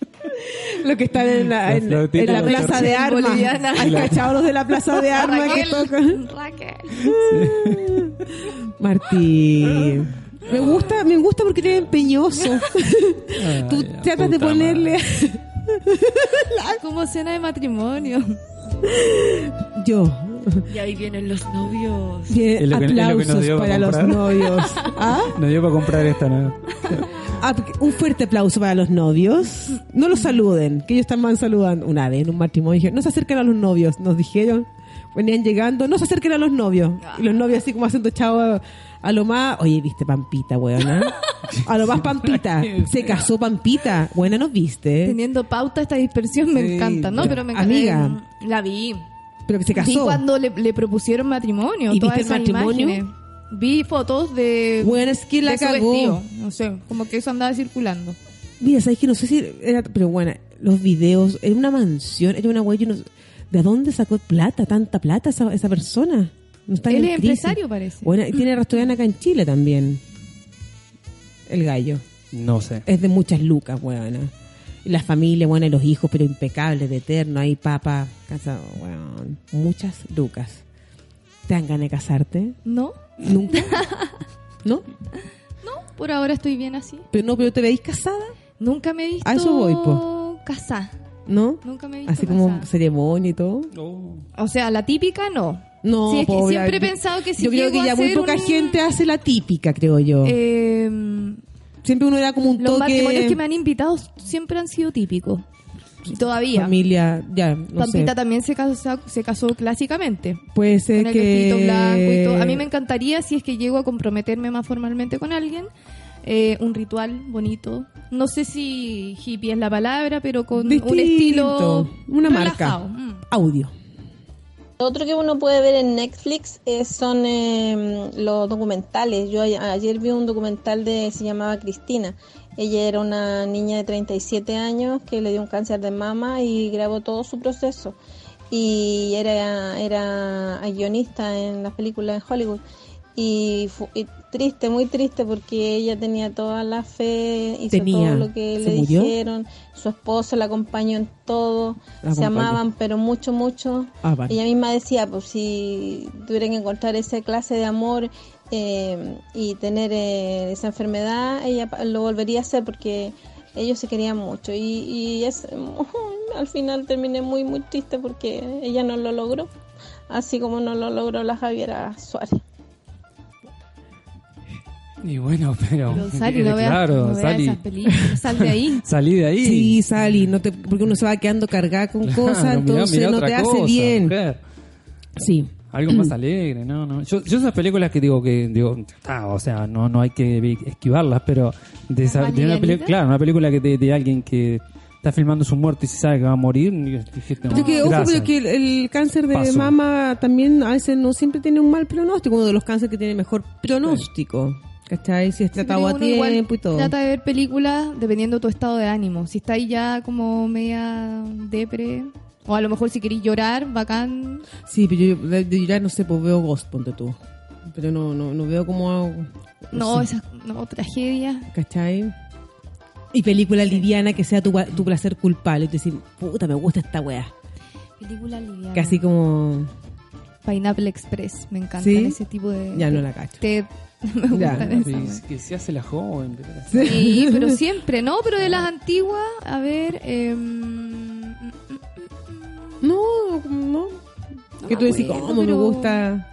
S2: Lo que están en la,
S3: La
S2: en-
S3: flautita
S2: en la
S3: de
S2: plaza de
S1: torta.
S2: armas.
S1: Boliviana.
S2: Hay cachados de la plaza de armas que
S1: Raquel,
S2: tocan.
S1: Raquel.
S2: Martín. Me gusta, me gusta porque eres empeñoso. Tú
S3: Ah, ya,
S2: tratas de
S3: puta
S2: ponerle.
S1: Como cena de matrimonio.
S2: Yo.
S7: Y ahí vienen los novios.
S2: Bien,
S3: Es lo que- es lo que nos
S2: aplausos
S3: dio para
S2: para los
S3: comprar.
S2: novios. ¿Ah?
S3: No dio para comprar esta, ¿no?
S2: Ah, porque- un fuerte aplauso para los novios. No los saluden, que ellos también saludan una vez en un matrimonio. dijeron, No se acerquen a los novios, nos dijeron. Venían llegando, no se acerquen a los novios. Y los novios así como haciendo chavo a, a lo más... Oye, viste Pampita, weona. A lo más Pampita. Se casó Pampita. Buena, nos viste.
S1: Teniendo pauta esta dispersión me
S3: Sí,
S1: encanta, ¿no?
S3: ya.
S1: Pero me
S2: Amiga.
S1: eh, La vi.
S2: Pero que
S1: Vi
S2: se casó.
S1: cuando le, le propusieron matrimonio.
S2: ¿Y
S1: todas
S2: viste el
S1: esas
S2: matrimonio?
S1: imágenes. Vi fotos de...
S2: Bueno, es que la
S1: de su
S2: cagó.
S1: vestido. No sé, como que eso andaba circulando.
S2: Mira, sabes que no sé si era, pero bueno, los videos, era una mansión, era una güey, yo no sé- ¿de dónde sacó plata, tanta plata esa, esa persona? No está
S1: Él
S2: en
S1: es
S2: crisis.
S1: empresario, parece.
S2: Bueno, y tiene restaurante acá en Chile también. El gallo.
S3: No sé.
S2: Es de muchas lucas, bueno. Y la familia, bueno, y los hijos, pero impecables, de eterno, ahí papa, casado, bueno. Muchas lucas. ¿Te dan ganas de casarte?
S1: ¿No?
S2: ¿Nunca? ¿No?
S1: Por ahora estoy bien así.
S2: Pero no, pero te veis casada,
S1: Nunca me he visto...
S2: A eso voy,
S1: Casá.
S2: ¿no?
S1: Nunca me he visto
S2: Así como
S1: casá.
S2: ceremonia y todo.
S1: O sea, la típica no.
S2: No,
S1: Sí, es que
S2: pobre,
S1: siempre he
S2: yo-
S1: pensado que si
S2: Yo creo
S1: llego
S2: que ya
S1: a
S2: muy
S1: ser
S2: poca
S1: un-
S2: gente hace la típica, creo yo.
S1: Eh,
S2: siempre uno era como un
S1: los matrimonios
S2: toque.
S1: que me han invitado siempre han sido típicos. Y Todavía.
S2: familia, ya, no
S1: Pampita
S2: sé.
S1: también se casó, se casó clásicamente.
S2: Puede ser
S1: con el
S2: que.
S1: vestido blanco y todo. A mí me encantaría, si es que llego a comprometerme más formalmente con alguien, eh, un ritual bonito. No sé si hippie es la palabra, pero con un
S2: Distinto.
S1: estilo.
S2: Una
S1: relajado.
S2: marca.
S1: Mm.
S2: Audio.
S4: Lo otro que uno puede ver en Netflix eh, son eh, los documentales. Yo a- ayer vi un documental de se llamaba Cristina. Ella era una niña de 37 años que le dio un cáncer de mama y grabó todo su proceso. Y era, era guionista en las películas de Hollywood. Y, fu- y triste, muy triste porque ella tenía toda la fe, hizo
S2: Tenía.
S4: todo lo que
S2: ¿Se
S4: le
S2: murió?
S4: dijeron, su esposo la acompañó en todo,
S2: La
S4: se
S2: acompañó.
S4: amaban pero mucho, mucho.
S2: Ah, vale.
S4: Ella misma decía, pues si tuviera que encontrar esa clase de amor eh, y tener eh, esa enfermedad, ella pa- lo volvería a hacer porque ellos se querían mucho. Y, y es, al final terminé muy, muy triste porque ella no lo logró, así como no lo logró la Javiera Suárez.
S6: Y bueno, pero.
S1: Pero Sali, no veas,
S6: claro,
S1: no veas
S6: Sali.
S1: esas películas. Sal de ahí.
S6: Salí de ahí.
S2: Sí, Sally, no te, porque uno se va quedando cargada con
S3: Ah,
S6: Claro,
S2: cosas,
S6: mirá,
S2: entonces
S6: mirá
S2: no
S6: otra
S2: te hace
S6: cosa,
S2: bien.
S6: mujer.
S2: Sí.
S6: Algo más alegre, no, no. Yo, yo esas películas que digo que digo, ah, o sea, no, no hay que vi- esquivarlas, pero de, esa-
S1: más
S6: de una película,
S1: livianitas?
S6: claro, una película que de, de alguien que está filmando su muerte y se sabe que va a morir, y dije, no,
S2: Pero que, ojo,
S6: gracias.
S2: pero que el, el cáncer de
S6: Paso.
S2: mama también a veces no siempre tiene un mal pronóstico, uno de los cánceres que tiene mejor pronóstico. ¿Cachai? Si es tratado a
S1: Uno igual
S2: tiempo y todo.
S1: Trata de ver películas dependiendo de tu estado de ánimo. Si estáis ya como media depre, o a lo mejor si queréis llorar, bacán.
S2: Sí, pero yo de, de llorar no sé, pues veo Ghost, ponte tú. Pero no, no, no veo cómo hago.
S1: No,
S2: sé,
S1: esas no, tragedias.
S2: ¿Cachai? Y película liviana que sea tu, gua- tu placer culpable. Y tú decís, puta, me gusta esta weá.
S1: Ah. Película liviana.
S2: Casi como.
S1: Pineapple Express, me encanta
S2: ¿Sí?
S1: ese tipo de.
S2: Ya no la cacho.
S1: Te, me
S2: Ya.
S1: gustan esas,
S6: Sí,
S1: weas.
S6: que se hace la joven. pero-
S1: Sí, pero siempre, ¿no? Pero de las antiguas, a ver. em,
S2: No, no. que
S1: me
S2: tú decís,
S1: acuerdo,
S2: cómo me
S1: pero-
S2: gusta.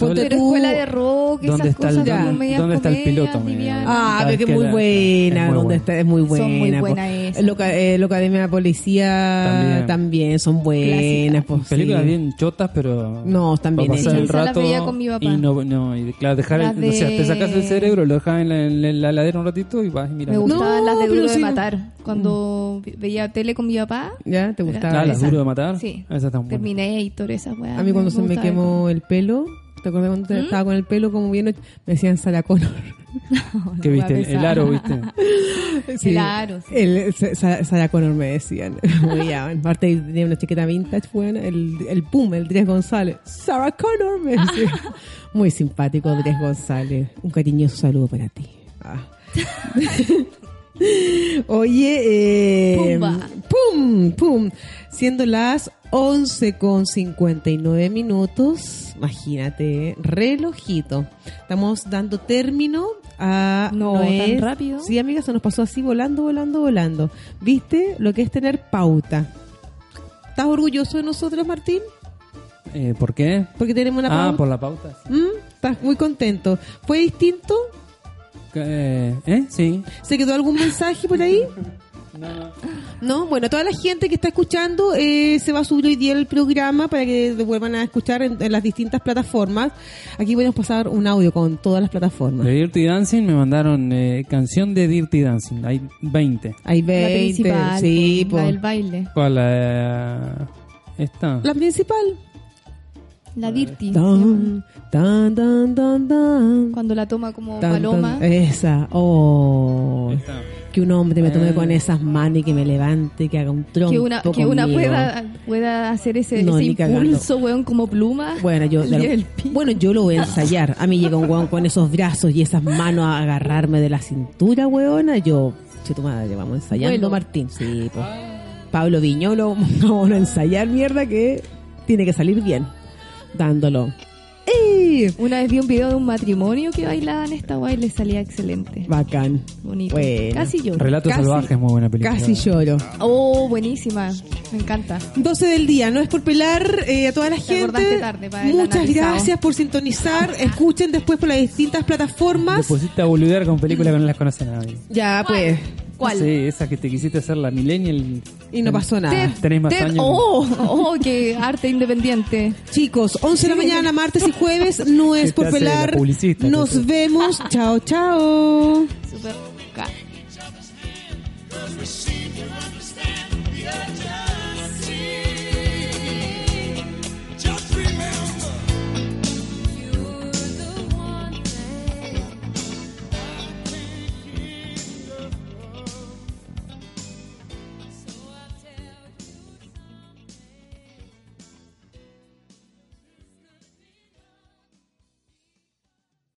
S2: Ponte
S1: pero
S2: tú-
S1: escuela de rock, esas
S6: ¿Dónde está
S1: cosas
S6: el-
S1: como
S6: dónde-
S1: medias
S6: dónde está el
S1: comedias
S6: piloto, mira?
S1: livianas.
S2: Ah,
S6: Sabes
S2: pero que
S6: que
S2: es muy
S6: la-
S2: buena.
S6: es muy
S2: ¿dónde
S6: buena.
S2: está? Es muy buena.
S1: Son muy
S2: po.
S1: buenas esas.
S2: Loca- eh, la Academia de Policía también,
S6: También.
S2: son buenas. po, sí.
S6: Películas bien chotas, pero.
S2: No, están
S6: para
S2: bien
S6: pasar
S2: hechas.
S6: el
S1: Yo las
S6: rato.
S1: veía con mi papá.
S6: Y no, no, y claro, dejar.
S1: Las
S6: el- O sea,
S1: de-
S6: te sacas el cerebro, lo dejas en la, en la heladera un ratito y vas y miras.
S1: Me gustaban
S2: No,
S1: las de
S2: pero
S1: Duro de
S2: sí.
S1: Matar. Cuando ve- veía tele con mi papá,
S2: ¿Ya? ¿Te
S6: Ah,
S2: gustaba?
S6: las
S2: esa?
S6: duro de matar.
S1: Sí.
S6: Esas están buenas.
S1: Terminator, esas weas.
S2: A mí cuando se me
S1: gustaba.
S2: quemó el pelo,
S8: ¿Te acuerdas cuando te- estaba con el pelo como bien? och- Me decían Sarah Connor.
S3: que viste, el, el aro, viste.
S8: Sí.
S1: Claro, sí.
S8: El- Sa- Sa- Sarah Connor me decían. Muy bien. Aparte tenía una chaqueta vintage, buena. El, el pum, el Dries González. Sarah Connor me decía. Muy simpático, Dries González. Un cariñoso saludo para ti. Ah.
S2: Oye, eh,
S8: em,
S1: Pumba.
S2: pum, pum. Siendo las 11 con 59 minutos, imagínate, eh, relojito. Estamos dando término a...
S1: No, tan
S2: es-
S1: rápido.
S2: Sí, amiga, se nos pasó así volando, volando, volando. ¿Viste lo que es tener pauta? ¿Estás orgulloso de nosotros, Martín?
S3: Eh, ¿Por qué?
S2: Porque tenemos una
S3: Ah,
S2: pauta.
S3: por la pauta. sí.
S2: ¿Mm? Estás muy contento. ¿Fue distinto?
S3: Eh, ¿eh? Sí.
S2: ¿Se quedó algún mensaje por ahí? No, bueno, toda la gente que está escuchando eh, se va a subir hoy día el programa para que lo vuelvan a escuchar en, en las distintas plataformas. Aquí voy a pasar un audio con todas las plataformas.
S3: De Dirty Dancing me mandaron eh, canción de Dirty Dancing. Hay 20.
S2: Hay
S1: La
S2: 20,
S1: principal, pues,
S2: sí,
S1: po,
S2: po.
S1: la del baile.
S3: ¿Cuál? eh, esta.
S2: La principal.
S1: La dirty.
S8: Tan, tan, tan, tan, tan.
S1: Cuando la toma como
S8: Tan,
S1: paloma.
S8: tan. Esa. Oh.
S3: Esta.
S8: Que un hombre me tome con esas manos y que me levante y que haga un tronco.
S1: que una, que una
S8: conmigo.
S1: pueda, pueda hacer ese,
S8: No,
S1: ese
S8: ni cagando.
S1: impulso, weón, como pluma.
S8: Bueno, yo,
S1: Y el
S8: bueno, yo lo voy a ensayar. A mí llega un weón con esos brazos y esas manos a agarrarme de la cintura, weona. Yo, che tu madre, vamos ensayando,
S1: Vuelo.
S8: Martín. Sí, po. Pablo Viñolo, vamos a ensayar mierda que tiene que salir bien. Dándolo. ¡Eh!
S1: Una vez vi un video de un matrimonio que bailaban esta guay y le salía excelente.
S8: Bacán.
S1: Bonito.
S8: Bueno.
S1: Casi yo.
S3: Relatos
S8: Casi-
S3: salvajes, muy buena película.
S8: Casi lloro.
S1: Oh, buenísima. Me encanta.
S2: 12 del día, no es por pelar eh, a toda la gente.
S1: acordaste tarde para haberla
S2: Muchas
S1: analizado.
S2: gracias por sintonizar. Escuchen después por las distintas plataformas.
S3: Te pusiste a boludear con películas que no las conoce nadie.
S2: Ya, pues.
S1: ¿Cuál?
S3: Sí, esa que te quisiste hacer la Millennial.
S2: Y no pasó nada.
S1: Ted,
S3: Ah, Tenés más
S1: Ted,
S3: años.
S1: oh, oh, qué arte independiente.
S2: Chicos, 11 de la mañana, martes y jueves, no es
S3: Te
S2: por
S3: hace la
S2: pelar.
S3: publicista,
S2: Nos
S3: entonces.
S2: vemos. Chao, chao.
S1: Super. ca-
S9: understand the urgency.